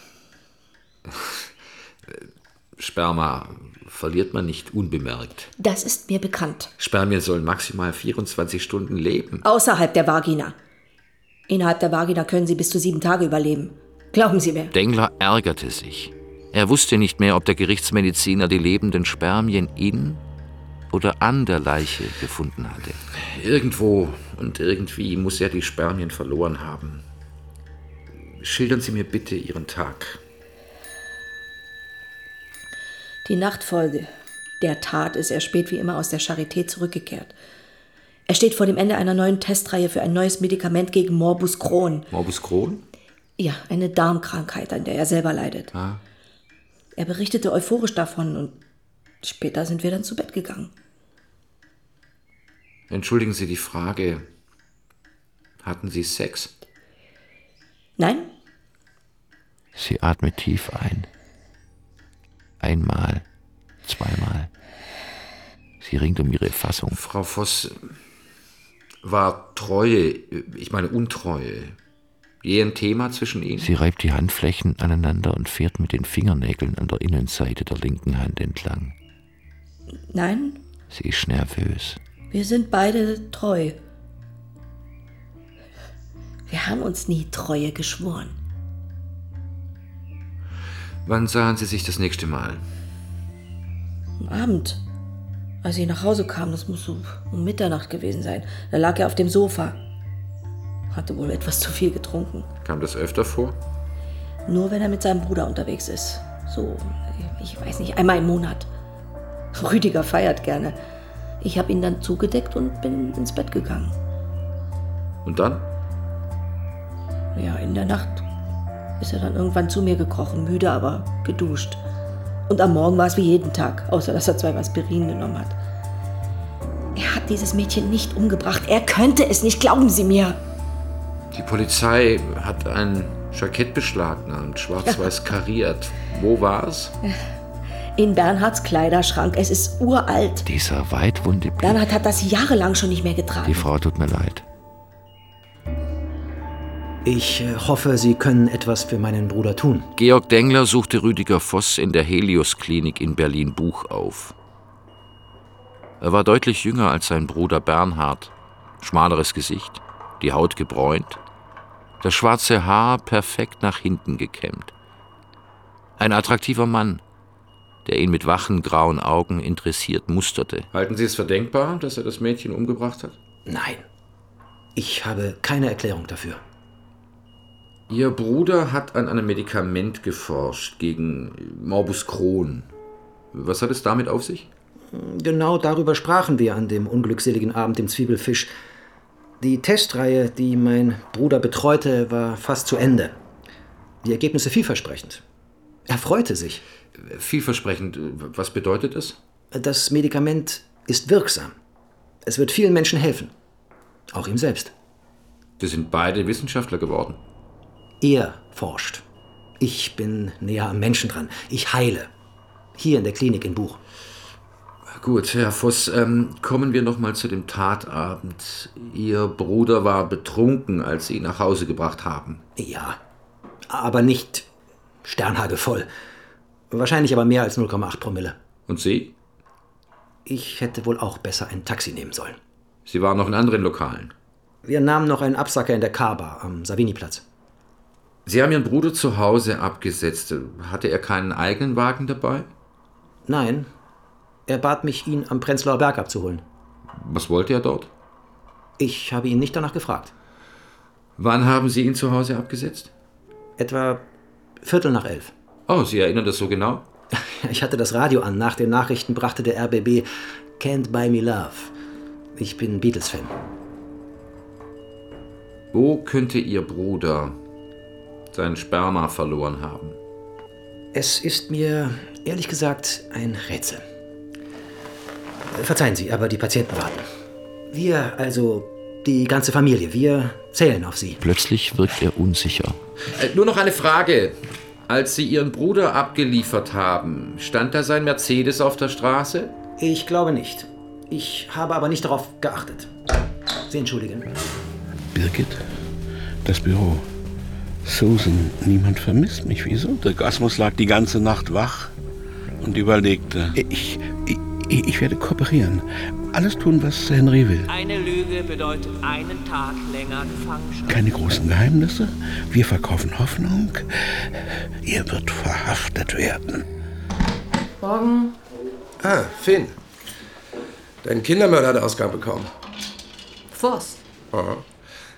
Speaker 8: Sperma verliert man nicht unbemerkt.
Speaker 17: Das ist mir bekannt.
Speaker 8: Spermien sollen maximal 24 Stunden leben.
Speaker 17: Außerhalb der Vagina. Innerhalb der Vagina können sie bis zu sieben Tage überleben. Glauben Sie mir.
Speaker 5: Dengler ärgerte sich. Er wusste nicht mehr, ob der Gerichtsmediziner die lebenden Spermien in oder an der Leiche gefunden hatte.
Speaker 8: Irgendwo und irgendwie muss er die Spermien verloren haben. Schildern Sie mir bitte Ihren Tag.
Speaker 17: Die Nachtfolge der Tat ist er spät wie immer aus der Charité zurückgekehrt. Er steht vor dem Ende einer neuen Testreihe für ein neues Medikament gegen Morbus Crohn.
Speaker 8: Morbus Crohn?
Speaker 17: Ja, eine Darmkrankheit, an der er selber leidet.
Speaker 8: Ah.
Speaker 17: Er berichtete euphorisch davon und später sind wir dann zu Bett gegangen.
Speaker 8: Entschuldigen Sie die Frage. Hatten Sie Sex?
Speaker 17: Nein?
Speaker 5: Sie atmet tief ein. Einmal, zweimal. Sie ringt um ihre Fassung.
Speaker 8: Frau Voss war Treue, ich meine Untreue, je ein Thema zwischen Ihnen?
Speaker 5: Sie reibt die Handflächen aneinander und fährt mit den Fingernägeln an der Innenseite der linken Hand entlang.
Speaker 17: Nein,
Speaker 5: Sie ist nervös.
Speaker 17: wir sind beide treu. Wir haben uns nie Treue geschworen.
Speaker 8: Wann sahen Sie sich das nächste Mal?
Speaker 17: Am Abend, als ich nach Hause kam, das muss so um Mitternacht gewesen sein, da lag er auf dem Sofa. Hatte wohl etwas zu viel getrunken.
Speaker 8: Kam das öfter vor?
Speaker 17: Nur wenn er mit seinem Bruder unterwegs ist. So, ich weiß nicht, einmal im Monat. Rüdiger feiert gerne. Ich habe ihn dann zugedeckt und bin ins Bett gegangen.
Speaker 8: Und dann?
Speaker 17: Ja, in der Nacht ist er dann irgendwann zu mir gekrochen, müde, aber geduscht. Und am Morgen war es wie jeden Tag, außer dass er zweimal Aspirin genommen hat. Er hat dieses Mädchen nicht umgebracht. Er könnte es nicht, glauben Sie mir.
Speaker 8: Die Polizei hat ein Jackett beschlagnahmt, schwarz-weiß kariert. Wo war's?
Speaker 17: In Bernhards Kleiderschrank. Es ist uralt.
Speaker 5: Dieser weitwunde Blick.
Speaker 17: Bernhard hat das jahrelang schon nicht mehr
Speaker 5: Die
Speaker 17: getragen.
Speaker 5: Frau tut mir leid.
Speaker 10: Ich äh, hoffe, Sie können etwas für meinen Bruder tun.
Speaker 5: Georg Dengler suchte Rüdiger Voss in der Helios-Klinik in Berlin-Buch auf. Er war deutlich jünger als sein Bruder Bernhard. Schmaleres Gesicht, die Haut gebräunt, das schwarze Haar perfekt nach hinten gekämmt. Ein attraktiver Mann, der ihn mit wachen grauen Augen interessiert musterte.
Speaker 8: Halten Sie es für denkbar, dass er das Mädchen um- umgebracht hat?
Speaker 10: Nein. Ich habe keine Erklärung dafür.
Speaker 8: Ihr Bruder hat an einem Medikament geforscht gegen Morbus Crohn. Was hat es damit auf sich?
Speaker 10: Genau darüber sprachen wir an dem unglückseligen Abend im Zwiebelfisch. Die Testreihe, die mein Bruder betreute, war fast zu Ende. Die Ergebnisse vielversprechend. Er freute sich.
Speaker 8: Vielversprechend, was bedeutet es?
Speaker 10: Das Medikament ist wirksam. Es wird vielen Menschen helfen. Auch ihm selbst.
Speaker 8: Sie sind beide Wissenschaftler geworden.
Speaker 10: Er forscht. Ich bin näher am Menschen dran. Ich heile. Hier in der Klinik in Buch.
Speaker 8: Gut, Herr Voss, ähm, kommen wir nochmal zu dem Tatabend. Ihr Bruder war betrunken, als Sie ihn nach Hause gebracht haben.
Speaker 10: Ja, aber nicht sternhagevoll. Wahrscheinlich aber mehr als 0,8 Promille.
Speaker 8: Und Sie?
Speaker 10: Ich hätte wohl auch besser ein Taxi nehmen sollen.
Speaker 8: Sie waren noch in anderen Lokalen.
Speaker 10: Wir nahmen noch einen Absacker in der K-Bar am Saviniplatz.
Speaker 8: Sie haben Ihren Bruder zu Hause abgesetzt. Hatte er keinen eigenen Wagen dabei?
Speaker 10: Nein, er bat mich, ihn am Prenzlauer Berg abzuholen.
Speaker 8: Was wollte er dort?
Speaker 10: Ich habe ihn nicht danach gefragt.
Speaker 8: Wann haben Sie ihn zu Hause abgesetzt?
Speaker 10: Etwa Viertel nach elf.
Speaker 8: Oh, Sie erinnern das so genau?
Speaker 10: <laughs> Ich hatte das Radio an. Nach den Nachrichten brachte der RBB Can't Buy Me Love. Ich bin Beatles-Fan.
Speaker 8: Wo könnte Ihr Bruder sein Sperma verloren haben?
Speaker 10: Es ist mir, ehrlich gesagt, ein Rätsel. Verzeihen Sie, aber die Patienten warten. Wir, also die ganze Familie, wir zählen auf Sie.
Speaker 5: Plötzlich wirkt er unsicher.
Speaker 18: Äh, nur noch eine Frage. Als Sie Ihren Bruder abgeliefert haben, stand da sein Mercedes auf der Straße?
Speaker 10: Ich glaube nicht. Ich habe aber nicht darauf geachtet. Sie entschuldigen.
Speaker 3: Birgit, das Büro. Susan, niemand vermisst mich. Wieso?
Speaker 19: Dirk Asmus lag die ganze Nacht wach und überlegte.
Speaker 3: Ich, ich, ich werde kooperieren. Alles tun, was Henry will.
Speaker 20: Eine Lüge bedeutet einen Tag länger Gefangenschaft.
Speaker 3: Keine großen Geheimnisse. Wir verkaufen Hoffnung. Ihr wird verhaftet werden.
Speaker 1: Morgen.
Speaker 21: Ah, Finn. Dein Kindermörder hat Ausgang bekommen.
Speaker 1: Voss.
Speaker 21: Aha.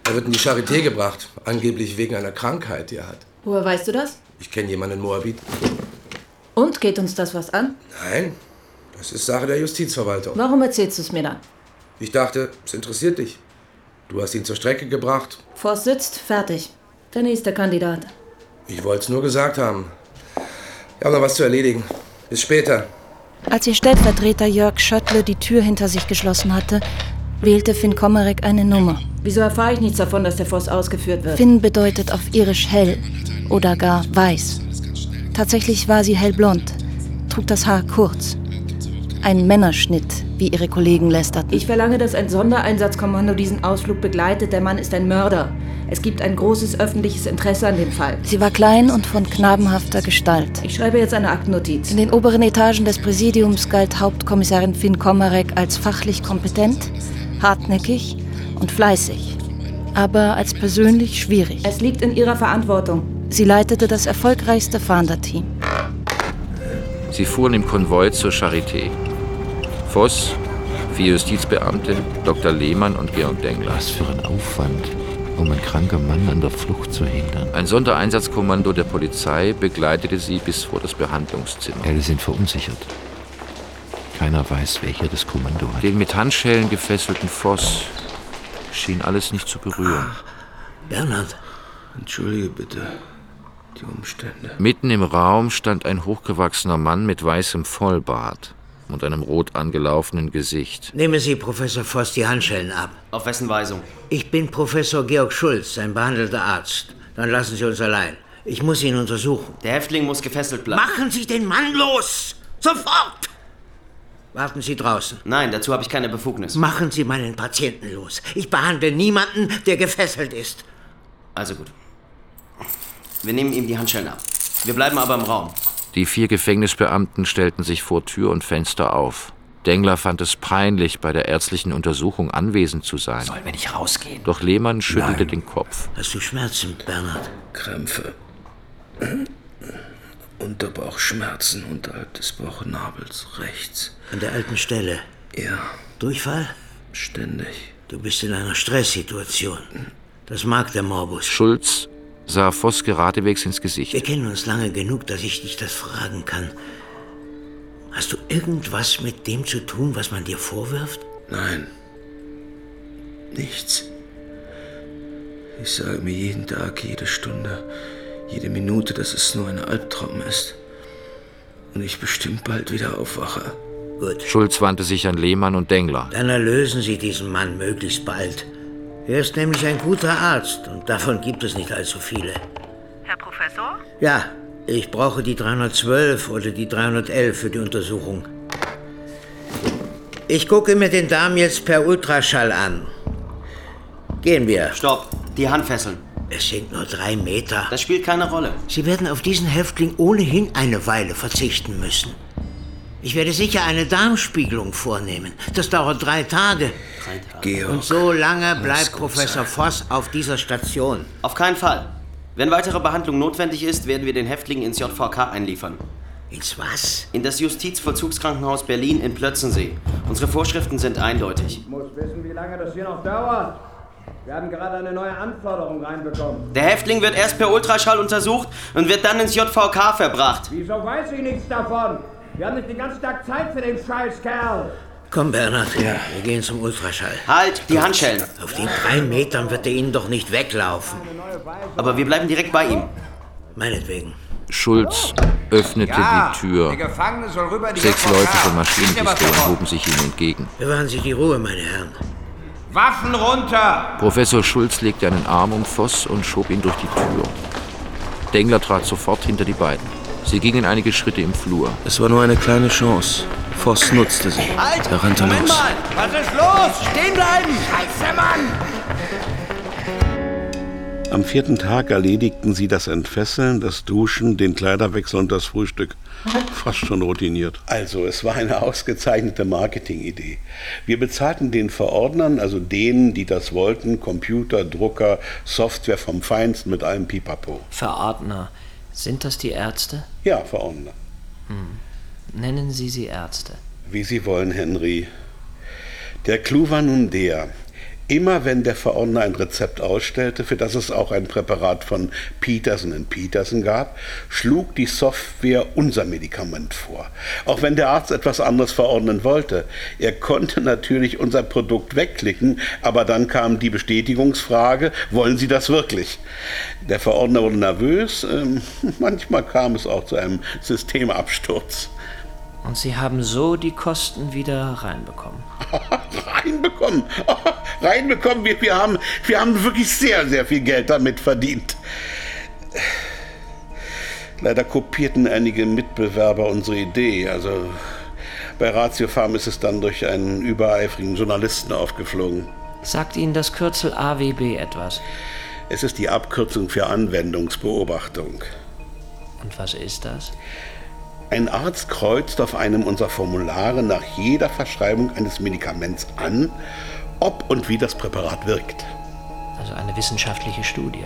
Speaker 21: Er wird in die Charité gebracht, angeblich wegen einer Krankheit, die er hat.
Speaker 1: Woher weißt du das?
Speaker 21: Ich kenne jemanden in Moabit.
Speaker 1: Und geht uns das was an?
Speaker 21: Nein, das ist Sache der Justizverwaltung.
Speaker 1: Warum erzählst du es mir dann?
Speaker 21: Ich dachte, es interessiert dich. Du hast ihn zur Strecke gebracht.
Speaker 1: Voss sitzt, fertig. Der nächste Kandidat.
Speaker 21: Ich wollte es nur gesagt haben. Ich habe noch was zu erledigen. Bis später.
Speaker 22: Als ihr Stellvertreter Jörg Schöttle die Tür hinter sich geschlossen hatte, wählte Finn Kommerek eine Nummer.
Speaker 1: Wieso erfahre ich nichts davon, dass der Voss ausgeführt wird?
Speaker 22: Finn bedeutet auf Irisch hell oder gar weiß. Tatsächlich war sie hellblond, trug das Haar kurz. Ein Männerschnitt, wie ihre Kollegen lästerten.
Speaker 1: Ich verlange, dass ein Sondereinsatzkommando diesen Ausflug begleitet. Der Mann ist ein Mörder. Es gibt ein großes öffentliches Interesse an dem Fall.
Speaker 22: Sie war klein und von knabenhafter Gestalt.
Speaker 1: Ich schreibe jetzt eine Aktennotiz.
Speaker 22: In den oberen Etagen des Präsidiums galt Hauptkommissarin Finn Komarek als fachlich kompetent, hartnäckig und fleißig, aber als persönlich schwierig.
Speaker 1: Es liegt in ihrer Verantwortung.
Speaker 22: Sie leitete das erfolgreichste Fahnderteam.
Speaker 5: Sie fuhren im Konvoi zur Charité. Voss, vier Justizbeamte, Dr. Lehmann und Georg Dengler.
Speaker 18: Was für ein Aufwand, um einen kranken Mann an der Flucht zu hindern.
Speaker 5: Ein Sondereinsatzkommando der Polizei begleitete sie bis vor das Behandlungszimmer.
Speaker 18: Alle sind verunsichert. Keiner weiß, wer hier das Kommando hat.
Speaker 5: Den mit Handschellen gefesselten Voss schien alles nicht zu berühren.
Speaker 21: Bernhard, entschuldige bitte die Umstände.
Speaker 5: Mitten im Raum stand ein hochgewachsener Mann mit weißem Vollbart und einem rot angelaufenen Gesicht.
Speaker 23: Nehmen Sie Professor Voss die Handschellen ab.
Speaker 11: Auf wessen Weisung?
Speaker 23: Ich bin Professor Georg Schulz, ein behandelter Arzt. Dann lassen Sie uns allein. Ich muss ihn untersuchen.
Speaker 11: Der Häftling muss gefesselt bleiben.
Speaker 23: Machen Sie den Mann los! Sofort! Warten Sie draußen.
Speaker 11: Nein, dazu habe ich keine Befugnis.
Speaker 23: Machen Sie meinen Patienten los. Ich behandle niemanden, der gefesselt ist.
Speaker 11: Also gut. Wir nehmen ihm die Handschellen ab. Wir bleiben aber im Raum.
Speaker 5: Die vier Gefängnisbeamten stellten sich vor Tür und Fenster auf. Dengler fand es peinlich, bei der ärztlichen Untersuchung anwesend zu sein.
Speaker 11: Sollen wir nicht rausgehen?
Speaker 5: Doch Lehmann schüttelte Nein. den Kopf.
Speaker 23: Hast du Schmerzen, Bernhard?
Speaker 21: Krämpfe. Unterbauchschmerzen unterhalb des Bauchnabels rechts.
Speaker 23: An der alten Stelle?
Speaker 21: Ja.
Speaker 23: Durchfall?
Speaker 21: Ständig.
Speaker 23: Du bist in einer Stresssituation. Das mag der Morbus.
Speaker 5: Schulz sah Voss geradewegs ins Gesicht.
Speaker 23: Wir kennen uns lange genug, dass ich dich das fragen kann. Hast du irgendwas mit dem zu tun, was man dir vorwirft?
Speaker 21: Nein. Nichts. Ich sage mir jeden Tag, jede Stunde, jede Minute, dass es nur ein Albtraum ist. Und ich bestimmt bald wieder aufwache.
Speaker 23: Gut.
Speaker 5: Schulz wandte sich an Lehmann und Dengler.
Speaker 23: Dann erlösen Sie diesen Mann möglichst bald. Er ist nämlich ein guter Arzt und davon gibt es nicht allzu viele.
Speaker 24: Herr Professor?
Speaker 23: Ja, ich brauche die 312 oder die 311 für die Untersuchung. Ich gucke mir den Darm jetzt per Ultraschall an. Gehen wir.
Speaker 11: Stopp, die Handfesseln.
Speaker 23: Es sind nur drei Meter.
Speaker 11: Das spielt keine Rolle.
Speaker 23: Sie werden auf diesen Häftling ohnehin eine Weile verzichten müssen. Ich werde sicher eine Darmspiegelung vornehmen. Das dauert drei Tage.
Speaker 11: Drei Tage.
Speaker 21: Georg.
Speaker 23: Und so lange bleibt Professor Voss auf dieser Station.
Speaker 11: Auf keinen Fall. Wenn weitere Behandlung notwendig ist, werden wir den Häftling ins JVK einliefern.
Speaker 23: Ins was?
Speaker 11: In das Justizvollzugskrankenhaus Berlin in Plötzensee. Unsere Vorschriften sind eindeutig.
Speaker 15: Ich muss wissen, wie lange das hier noch dauert. Wir haben gerade eine neue Anforderung reinbekommen.
Speaker 11: Der Häftling wird erst per Ultraschall untersucht und wird dann ins JVK verbracht.
Speaker 15: Wieso weiß ich nichts davon? Wir haben nicht den ganzen Tag Zeit für den Scheißkerl.
Speaker 23: Komm, Bernhard, ja. wir gehen zum Ultraschall.
Speaker 11: Halt, die Handschellen.
Speaker 23: Auf den drei Metern wird er Ihnen doch nicht weglaufen.
Speaker 11: Aber wir bleiben direkt bei ihm.
Speaker 23: Meinetwegen.
Speaker 5: Schulz öffnete
Speaker 25: Ja,
Speaker 5: die Tür.
Speaker 25: der Gefangene soll rüber in die
Speaker 5: Sechs
Speaker 25: FVK.
Speaker 5: Leute
Speaker 11: Ah,
Speaker 5: von
Speaker 25: Ist aber
Speaker 5: Maschinenpistolen
Speaker 25: verrückt.
Speaker 5: hoben sich ihm entgegen.
Speaker 23: Bewahren Sie die Ruhe, meine Herren.
Speaker 25: Waffen runter!
Speaker 5: Professor Schulz legte einen Arm um Voss und schob ihn durch die Tür. Dengler trat sofort hinter die beiden. Sie gingen einige Schritte im Flur.
Speaker 11: Es war nur eine kleine Chance. Voss nutzte sie.
Speaker 25: Halt!
Speaker 11: Er rannte
Speaker 25: Moment
Speaker 11: los.
Speaker 25: mal! Was ist los? Stehen bleiben! Scheiße, Mann!
Speaker 3: Am vierten Tag erledigten sie das Entfesseln, das Duschen, den Kleiderwechsel und das Frühstück. Fast schon routiniert. Also, es war eine ausgezeichnete Marketingidee. Wir bezahlten den Verordnern, also denen, die das wollten, Computer, Drucker, Software vom Feinsten mit allem Pipapo.
Speaker 26: Verordner. Sind das die Ärzte?
Speaker 3: Ja, Verordner.
Speaker 26: Hm. Nennen Sie sie Ärzte.
Speaker 3: Wie Sie wollen, Henry. Der Clou war nun der. Immer wenn der Verordner ein Rezept ausstellte, für das es auch ein Präparat von Peterson Peterson gab, schlug die Software unser Medikament vor. Auch wenn der Arzt etwas anderes verordnen wollte. Er konnte natürlich unser Produkt wegklicken, aber dann kam die Bestätigungsfrage, wollen Sie das wirklich? Der Verordner wurde nervös, ähm, <laughs> manchmal kam es auch zu einem Systemabsturz.
Speaker 26: Und Sie haben so die Kosten wieder reinbekommen.
Speaker 3: reinbekommen. reinbekommen. Wir, wir, haben, wir haben wirklich sehr, sehr viel Geld damit verdient. Leider kopierten einige Mitbewerber unsere Idee. Also bei Ratio Farm ist es dann durch einen übereifrigen Journalisten aufgeflogen.
Speaker 26: Sagt Ihnen das Kürzel AWB etwas?
Speaker 3: Es ist die Abkürzung für Anwendungsbeobachtung.
Speaker 26: Und was ist das?
Speaker 3: Ein Arzt kreuzt auf einem unserer Formulare nach jeder Verschreibung eines Medikaments an, ob und wie das Präparat wirkt.
Speaker 26: Also eine wissenschaftliche Studie.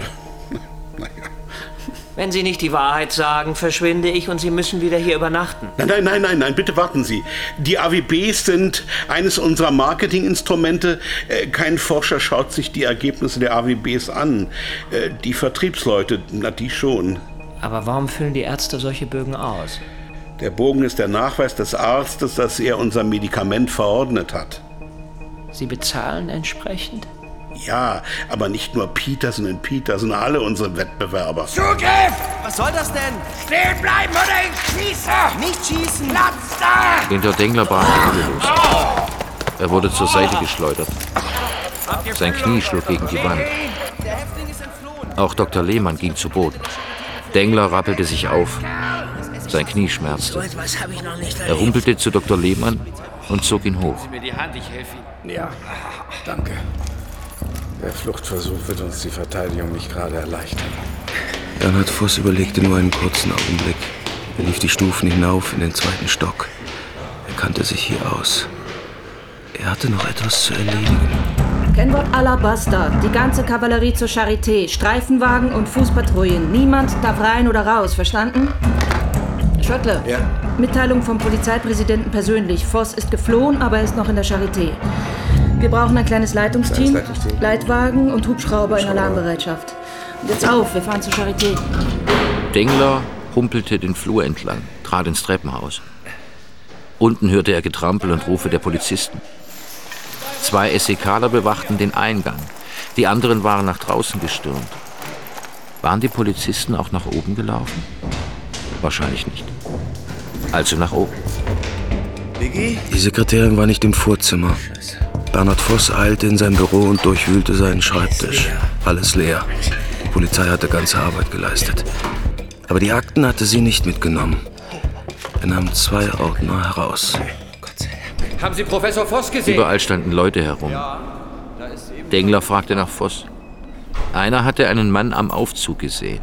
Speaker 26: Wenn Sie nicht die Wahrheit sagen, verschwinde ich und Sie müssen wieder hier übernachten.
Speaker 3: Nein, nein, nein, nein, nein, bitte warten Sie. Die AWBs sind eines unserer Marketinginstrumente. Äh, Kein Forscher schaut sich die Ergebnisse der AWBs an. Äh, Die Vertriebsleute, na die schon.
Speaker 26: Aber warum füllen die Ärzte solche Bögen aus?
Speaker 3: Der Bogen ist der Nachweis des Arztes, dass er unser Medikament verordnet hat.
Speaker 26: Sie bezahlen entsprechend?
Speaker 3: Ja, aber nicht nur Peterson und Peterson, alle unsere Wettbewerber.
Speaker 25: Zugriff! Was soll das denn? Stehen bleiben oder ich schieße! Nicht schießen! Platz da!
Speaker 5: Hinter Dengler brach die Hölle los. Er wurde zur Seite geschleudert. Sein Knie schlug gegen die Wand. Auch Dr. Lehmann ging zu Boden. Dengler rappelte sich auf. Sein Knie
Speaker 23: So
Speaker 5: schmerzte.
Speaker 23: etwas habe ich noch nicht
Speaker 5: Er
Speaker 23: erlebt.
Speaker 5: humpelte zu Dr. Lehmann und zog ihn hoch.
Speaker 8: mir die Hand, ich helfe Ihnen.
Speaker 11: Ja, danke.
Speaker 15: Der Fluchtversuch wird uns die Verteidigung nicht gerade erleichtern.
Speaker 11: Bernhard Voss überlegte nur einen kurzen Augenblick. Er lief die Stufen hinauf in den zweiten Stock. Er kannte sich hier aus. Er hatte noch etwas zu erledigen.
Speaker 22: Kennwort Alabaster. Die ganze Kavallerie zur Charité. Streifenwagen und Fußpatrouillen. Niemand darf rein oder raus. Verstanden? Schöttle.
Speaker 21: Ja.
Speaker 22: Mitteilung vom Polizeipräsidenten persönlich. Voss ist geflohen, aber er ist noch in der Charité. Wir brauchen ein kleines Leitungsteam,
Speaker 21: Kleines Leitungsteam.
Speaker 22: Leitwagen und Hubschrauber in Alarmbereitschaft. Und jetzt auf, wir fahren zur Charité.
Speaker 5: Dengler humpelte den Flur entlang, trat ins Treppenhaus. Unten hörte er Getrampel und Rufe der Polizisten. Zwei SEKler bewachten den Eingang. Die anderen waren nach draußen gestürmt. Waren die Polizisten auch nach oben gelaufen? Wahrscheinlich nicht. Also nach oben.
Speaker 11: Die Sekretärin war nicht im Vorzimmer. Bernhard Voss eilte in sein Büro und durchwühlte seinen Schreibtisch. Alles leer. Die Polizei hatte ganze Arbeit geleistet. Aber die Akten hatte sie nicht mitgenommen. Er nahm zwei Ordner heraus.
Speaker 8: Haben Sie Professor Voss gesehen?
Speaker 5: Überall standen Leute herum. Dengler fragte nach Voss. Einer hatte einen Mann am Aufzug gesehen.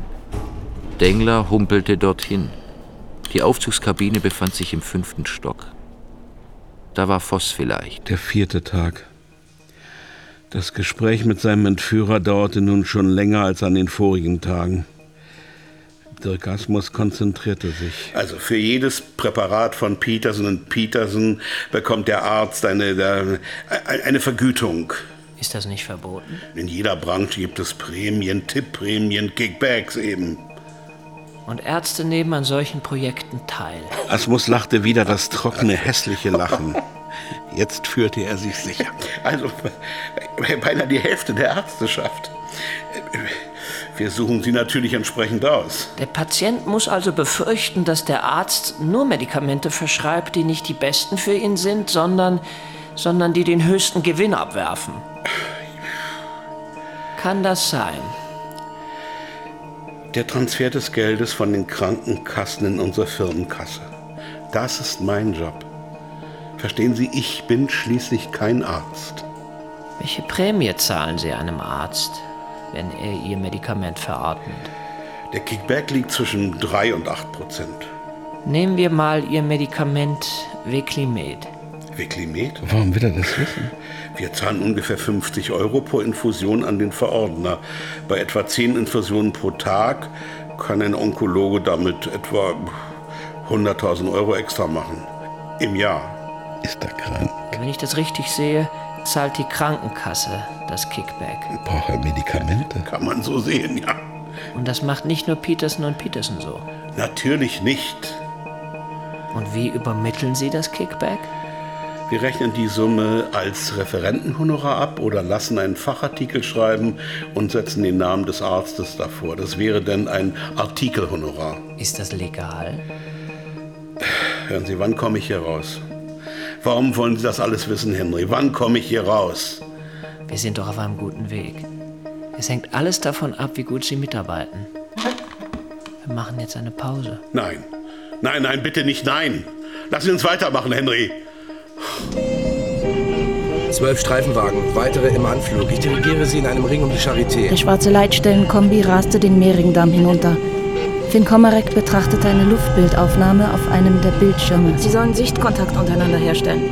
Speaker 5: Dengler humpelte dorthin. Die Aufzugskabine befand sich im fünften Stock. Da war Voss vielleicht.
Speaker 3: Der vierte Tag. Das Gespräch mit seinem Entführer dauerte nun schon länger als an den vorigen Tagen. Dirk Asmus konzentrierte sich. Also für jedes Präparat von Peterson und Peterson bekommt der Arzt eine, der- eine Vergütung.
Speaker 26: Ist das nicht verboten?
Speaker 3: In jeder Branche gibt es Prämien, Tippprämien, Kickbacks eben.
Speaker 26: Und Ärzte nehmen an solchen Projekten teil.
Speaker 3: Asmus lachte wieder das trockene, hässliche Lachen. Jetzt fühlte er sich sicher. Also beinahe die Hälfte der Ärzte schafft. Wir suchen sie natürlich entsprechend aus.
Speaker 2: Der Patient muss also befürchten, dass der Arzt nur Medikamente verschreibt, die nicht die besten für ihn sind, sondern, sondern die den höchsten Gewinn abwerfen. Kann das sein?
Speaker 3: Der Transfer des Geldes von den Krankenkassen in unsere Firmenkasse. Das ist mein Job. Verstehen Sie, ich bin schließlich kein Arzt.
Speaker 2: Welche Prämie zahlen Sie einem Arzt, wenn er Ihr Medikament verordnet?
Speaker 3: Der Kickback liegt zwischen 3 und 8 Prozent.
Speaker 2: Nehmen wir mal Ihr Medikament Veklimed.
Speaker 3: Veklimed?
Speaker 9: Warum will er das wissen?
Speaker 3: Wir zahlen ungefähr 50 Euro pro Infusion an den Verordner. Bei etwa 10 Infusionen pro Tag kann ein Onkologe damit etwa 100.000 Euro extra machen. Im Jahr.
Speaker 9: Ist er krank?
Speaker 2: Wenn ich das richtig sehe, zahlt die Krankenkasse das Kickback.
Speaker 9: Braucht er Medikamente?
Speaker 3: Kann man so sehen, ja.
Speaker 2: Und das macht nicht nur Peterson und Peterson so.
Speaker 3: Natürlich nicht.
Speaker 2: Und wie übermitteln Sie das Kickback?
Speaker 3: Wir rechnen die Summe als Referentenhonorar ab oder lassen einen Fachartikel schreiben und setzen den Namen des Arztes davor. Das wäre dann ein Artikelhonorar.
Speaker 2: Ist das legal?
Speaker 3: Hören Sie, wann komme ich hier raus? Warum wollen Sie das alles wissen, Henry? Wann komme ich hier raus?
Speaker 2: Wir sind doch auf einem guten Weg. Es hängt alles davon ab, wie gut Sie mitarbeiten. Wir machen jetzt eine Pause.
Speaker 3: Nein. Nein, nein, bitte nicht nein. Lassen Sie uns weitermachen, Henry.
Speaker 11: Zwölf Streifenwagen, weitere im Anflug. Ich dirigiere sie in einem Ring um die Charité.
Speaker 27: Der schwarze Leitstellenkombi raste den Mehringdamm hinunter. Finn Komarek betrachtete eine Luftbildaufnahme auf einem der Bildschirme.
Speaker 22: Sie sollen Sichtkontakt untereinander herstellen.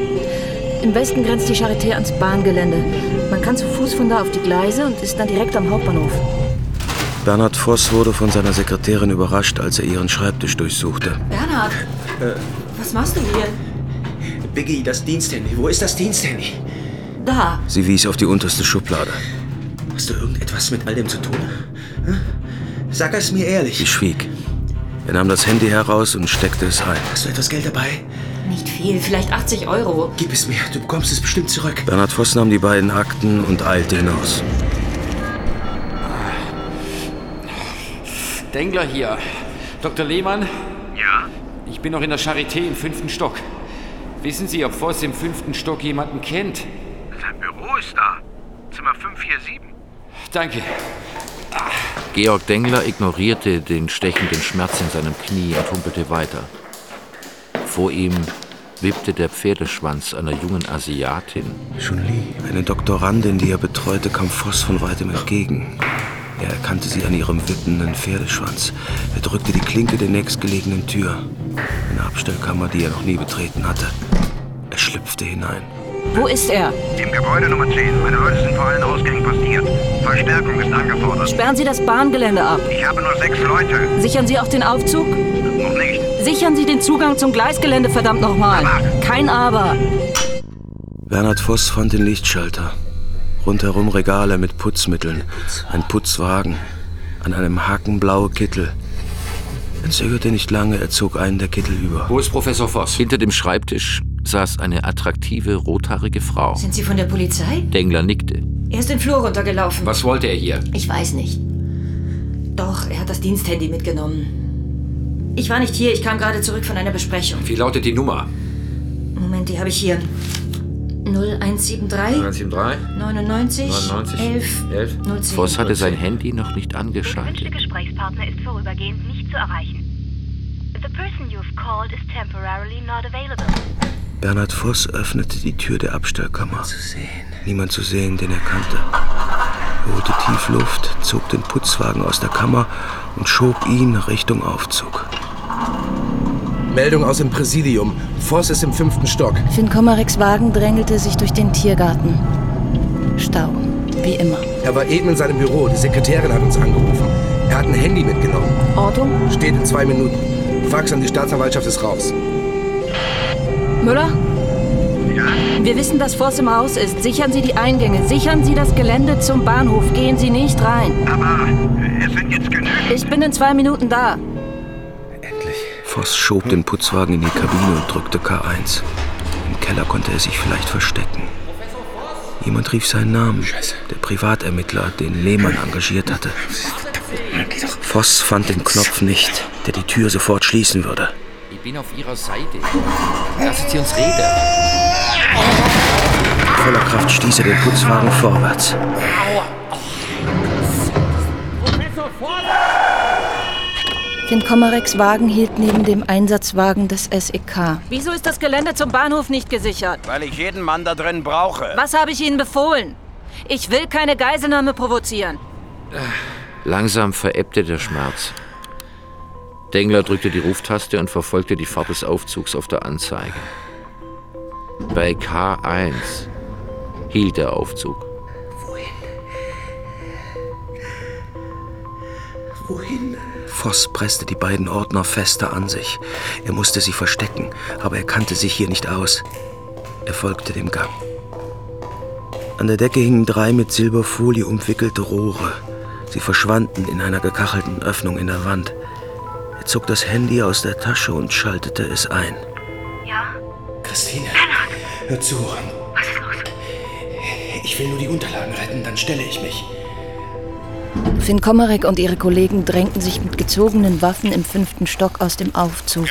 Speaker 22: Im Westen grenzt die Charité ans Bahngelände. Man kann zu Fuß von da auf die Gleise und ist dann direkt am Hauptbahnhof.
Speaker 11: Bernhard Voss wurde von seiner Sekretärin überrascht, als er ihren Schreibtisch durchsuchte.
Speaker 22: Bernhard! Äh, was machst du hier?
Speaker 25: Biggie, das Diensthandy. Wo ist das Diensthandy?
Speaker 22: Da.
Speaker 11: Sie wies auf die unterste Schublade.
Speaker 25: Hast du irgendetwas mit all dem zu tun? Hm? Sag es mir ehrlich.
Speaker 11: Sie schwieg. Er nahm das Handy heraus und steckte es ein.
Speaker 25: Hast du etwas Geld dabei?
Speaker 22: Nicht viel, vielleicht 80 Euro.
Speaker 25: Gib es mir, du bekommst es bestimmt zurück.
Speaker 11: Bernhard Voss nahm die beiden Akten und eilte hinaus.
Speaker 8: Dengler hier. Dr. Lehmann?
Speaker 15: Ja?
Speaker 8: Ich bin noch in der Charité im fünften Stock. Wissen Sie, ob Voss im fünften Stock jemanden kennt?
Speaker 15: Sein Büro ist da. Zimmer 547.
Speaker 8: Danke.
Speaker 5: Georg Dengler ignorierte den stechenden Schmerz in seinem Knie und humpelte weiter. Vor ihm wippte der Pferdeschwanz einer jungen Asiatin.
Speaker 11: Chun-Li. Eine Doktorandin, die er betreute, kam Voss von weitem entgegen. Er erkannte sie an ihrem wippenden Pferdeschwanz. Er drückte die Klinke der nächstgelegenen Tür. Eine Abstellkammer, die er noch nie betreten hatte. Er schlüpfte hinein.
Speaker 22: Wo ist er?
Speaker 15: Im Gebäude Nummer 10. Meine Leute sind vor allen Ausgängen postiert. Verstärkung ist angefordert.
Speaker 22: Sperren Sie das Bahngelände ab.
Speaker 15: Ich habe nur sechs Leute.
Speaker 22: Sichern Sie auch den Aufzug?
Speaker 15: Noch nicht.
Speaker 22: Sichern Sie den Zugang zum Gleisgelände, verdammt nochmal. Kein Aber.
Speaker 11: Bernhard Voss fand den Lichtschalter. Rundherum Regale mit Putzmitteln,
Speaker 25: ah.
Speaker 11: ein Putzwagen, an einem Haken blaue Kittel. Er zögerte nicht lange, er zog einen der Kittel über.
Speaker 8: Wo ist Professor Voss?
Speaker 5: Hinter dem Schreibtisch saß eine attraktive, rothaarige Frau.
Speaker 22: Sind Sie von der Polizei?
Speaker 5: Dengler nickte.
Speaker 22: Er ist den Flur runtergelaufen.
Speaker 8: Was wollte er hier?
Speaker 22: Ich weiß nicht. Doch, er hat das Diensthandy mitgenommen. Ich war nicht hier, ich kam gerade zurück von einer Besprechung.
Speaker 8: Wie lautet die Nummer?
Speaker 22: Moment, die habe ich hier.
Speaker 8: 0173
Speaker 22: 0173 99
Speaker 8: 99
Speaker 22: 11
Speaker 8: 11
Speaker 22: 010.
Speaker 5: Voss hatte sein Handy noch nicht angeschaltet.
Speaker 13: Der Gesprächspartner ist vorübergehend nicht zu erreichen. The person you've called is temporarily not available.
Speaker 11: Bernhard Voss öffnete die Tür der Abstellkammer.
Speaker 25: Zu sehen.
Speaker 11: Niemand zu sehen, den er kannte. Er holte tief Luft, zog den Putzwagen aus der Kammer und schob ihn Richtung Aufzug. Meldung aus dem Präsidium. Voss ist im fünften Stock.
Speaker 27: Finn Komareks Wagen drängelte sich durch den Tiergarten. Stau, wie immer.
Speaker 11: Er war eben in seinem Büro. Die Sekretärin hat uns angerufen. Er hat ein Handy mitgenommen.
Speaker 22: Ortung?
Speaker 11: Steht in zwei Minuten. Fax an die Staatsanwaltschaft ist raus.
Speaker 22: Müller?
Speaker 15: Ja?
Speaker 22: Wir wissen, dass Voss im Haus ist. Sichern Sie die Eingänge. Sichern Sie das Gelände zum Bahnhof. Gehen Sie nicht rein.
Speaker 15: Aber äh, es sind jetzt genügend.
Speaker 22: Ich bin in zwei Minuten da.
Speaker 11: Voss schob den Putzwagen in die Kabine und drückte K1. Im Keller konnte er sich vielleicht verstecken. Jemand rief seinen Namen. Der Privatermittler, den Lehmann engagiert hatte. Voss fand den Knopf nicht, der die Tür sofort schließen würde.
Speaker 15: Ich bin auf Ihrer Seite. Lassen Sie uns reden.
Speaker 11: Mit voller Kraft stieß er den Putzwagen vorwärts.
Speaker 22: Den Komarex Wagen hielt neben dem Einsatzwagen des
Speaker 27: E
Speaker 22: SEK.
Speaker 2: Wieso ist das Gelände zum Bahnhof nicht gesichert?
Speaker 28: Weil ich jeden Mann da drin brauche.
Speaker 2: Was habe ich Ihnen befohlen? Ich will keine Geiselnahme provozieren.
Speaker 5: Langsam verebbte der Schmerz. Dengler drückte die Ruftaste und verfolgte die Fahrt des Aufzugs auf der Anzeige. Bei K1 hielt der Aufzug.
Speaker 28: Wohin?
Speaker 11: Voss presste die beiden Ordner fester an sich. Er musste sie verstecken, aber er kannte sich hier nicht aus. Er folgte dem Gang. An der Decke hingen drei mit Silberfolie umwickelte Rohre. Sie verschwanden in einer gekachelten Öffnung in der Wand. Er zog das Handy aus der Tasche und schaltete es ein.
Speaker 29: Ja?
Speaker 28: Christine,
Speaker 29: Henrik!
Speaker 28: hör zu.
Speaker 29: Was ist los?
Speaker 28: Ich will nur die Unterlagen retten, dann stelle ich mich.
Speaker 22: Finn Komarek und ihre Kollegen drängten sich mit gezogenen Waffen im fünften Stock aus dem Aufzug.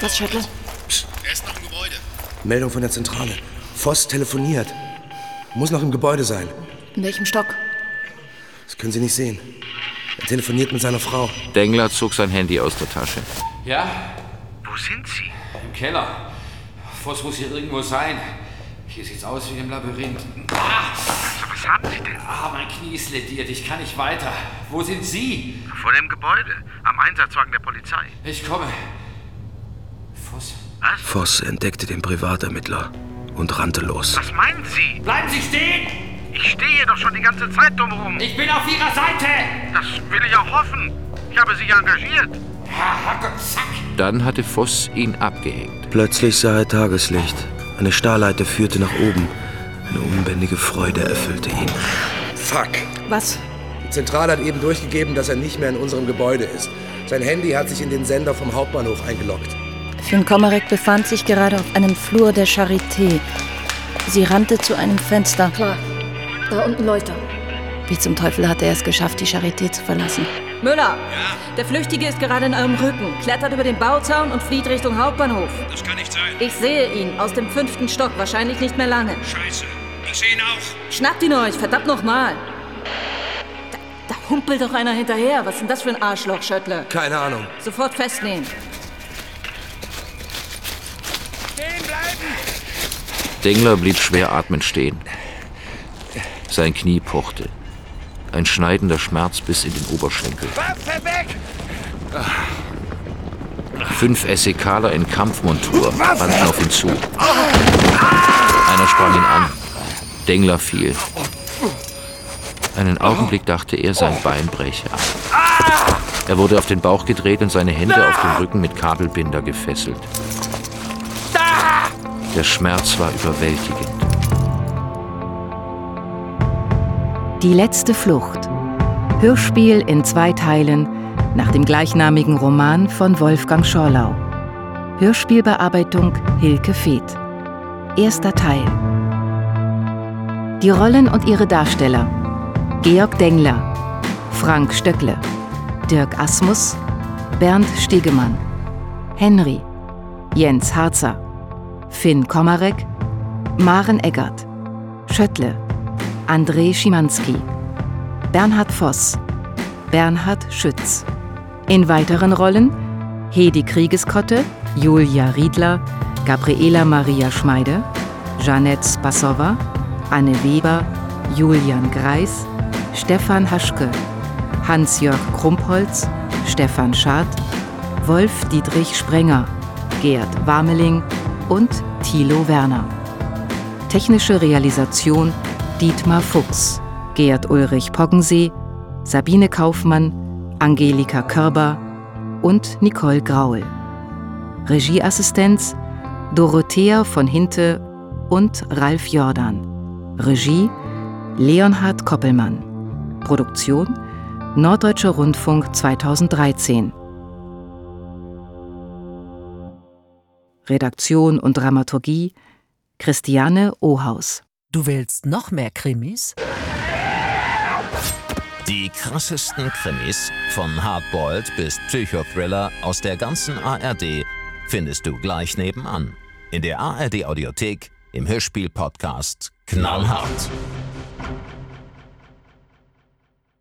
Speaker 2: Was, Shettle?
Speaker 21: Er ist noch im Gebäude. Meldung von der Zentrale. Voss telefoniert. Muss noch im Gebäude sein.
Speaker 22: In welchem Stock?
Speaker 21: Das können Sie nicht sehen. Er telefoniert mit seiner Frau.
Speaker 5: Dengler zog sein Handy aus der Tasche.
Speaker 15: Ja,
Speaker 6: Wo sind Sie?
Speaker 15: im Keller. Voss muss hier irgendwo sein. Hier sieht's aus wie im Labyrinth. Ah!
Speaker 6: Was haben Sie denn?
Speaker 15: Ah, mein Knie ist lediert. Ich kann nicht weiter. Wo sind Sie?
Speaker 6: Vor dem Gebäude, am Einsatzwagen der Polizei.
Speaker 15: Ich komme. Voss.
Speaker 11: Voss entdeckte den Privatermittler und rannte los.
Speaker 6: Was meinen Sie?
Speaker 15: Bleiben Sie stehen!
Speaker 6: Ich stehe hier doch schon die ganze Zeit dumm rum.
Speaker 15: Ich bin auf Ihrer Seite!
Speaker 6: Das will ich auch hoffen. Ich habe Sie ja engagiert.
Speaker 5: Dann hatte Voss ihn abgehängt.
Speaker 11: Plötzlich sah er Tageslicht. Eine Stahlleiter führte nach oben. Eine unbändige Freude erfüllte ihn.
Speaker 21: Fuck.
Speaker 2: Was?
Speaker 21: Die Zentrale hat eben durchgegeben, dass er nicht mehr in unserem Gebäude ist. Sein Handy hat sich in den Sender vom Hauptbahnhof eingeloggt.
Speaker 22: Finn Komarek befand sich gerade auf einem Flur der Charité. Sie rannte zu einem Fenster.
Speaker 30: Klar, da unten Leute.
Speaker 22: Wie zum Teufel hatte er es geschafft, die Charité zu verlassen?
Speaker 2: Müller! Der Flüchtige ist gerade in eurem Rücken, klettert über den Bauzaun und flieht Richtung Hauptbahnhof.
Speaker 21: Das kann nicht sein.
Speaker 2: Ich sehe ihn aus dem fünften Stock, wahrscheinlich nicht mehr lange.
Speaker 21: Scheiße. Ich sehe ihn auch.
Speaker 2: Schnappt ihn euch, verdammt nochmal! Da, da humpelt doch einer hinterher. Was ist denn das für ein Arschloch, Schöttle?
Speaker 21: Keine Ahnung.
Speaker 2: Sofort festnehmen.
Speaker 5: Dengler blieb schwer atmend stehen. Sein Knie pochte. Ein schneidender Schmerz bis in den Oberschenkel.
Speaker 28: Waffe weg!
Speaker 15: Ah.
Speaker 5: Fünf SEKler in Kampfmontur rannten auf ihn zu. Einer sprang ihn an. Dengler fiel. Einen Augenblick dachte er, sein Bein breche ab. Er wurde auf den Bauch gedreht und seine Hände auf den Rücken mit Kabelbinder gefesselt. Der Schmerz war überwältigend.
Speaker 1: Die letzte Flucht. Hörspiel in zwei Teilen nach dem gleichnamigen Roman von Wolfgang Schorlau. Hörspielbearbeitung Hilke Feeth. Erster Teil. Die Rollen und ihre Darsteller. Georg Dengler, Frank Stöckle, Dirk Asmus, Bernd Stegemann, Henry, Jens Harzer, Finn Komarek, Maren Eggert, Schöttle, André Schimanski, Bernhard Voss, Bernhard Schütz. In weiteren Rollen Hedi Kriegeskotte, Julia Riedler, Gabriela Maria Schmeide, Jeanette Spassowa, Anne Weber, Julian Greis, Stefan Haschke, Hans-Jörg Krumpholz, Stefan Schad, Wolf Dietrich Sprenger, Gerd Warmeling und Thilo Werner. Technische Realisation Dietmar Fuchs, Gerd Ulrich Poggensee, Sabine Kaufmann, Angelika Körber und Nicole Graul. Regieassistenz Dorothea von Hinte und Ralf Jordan. Regie Leonhard Koppelmann. Produktion Norddeutscher Rundfunk 2013. Redaktion und Dramaturgie Christiane Ohaus.
Speaker 31: Du willst noch mehr Krimis?
Speaker 5: Die krassesten Krimis von Hardboiled bis Psychothriller aus der ganzen ARD findest du gleich nebenan. In der ARD Audiothek im Hörspiel Podcast Knallhart.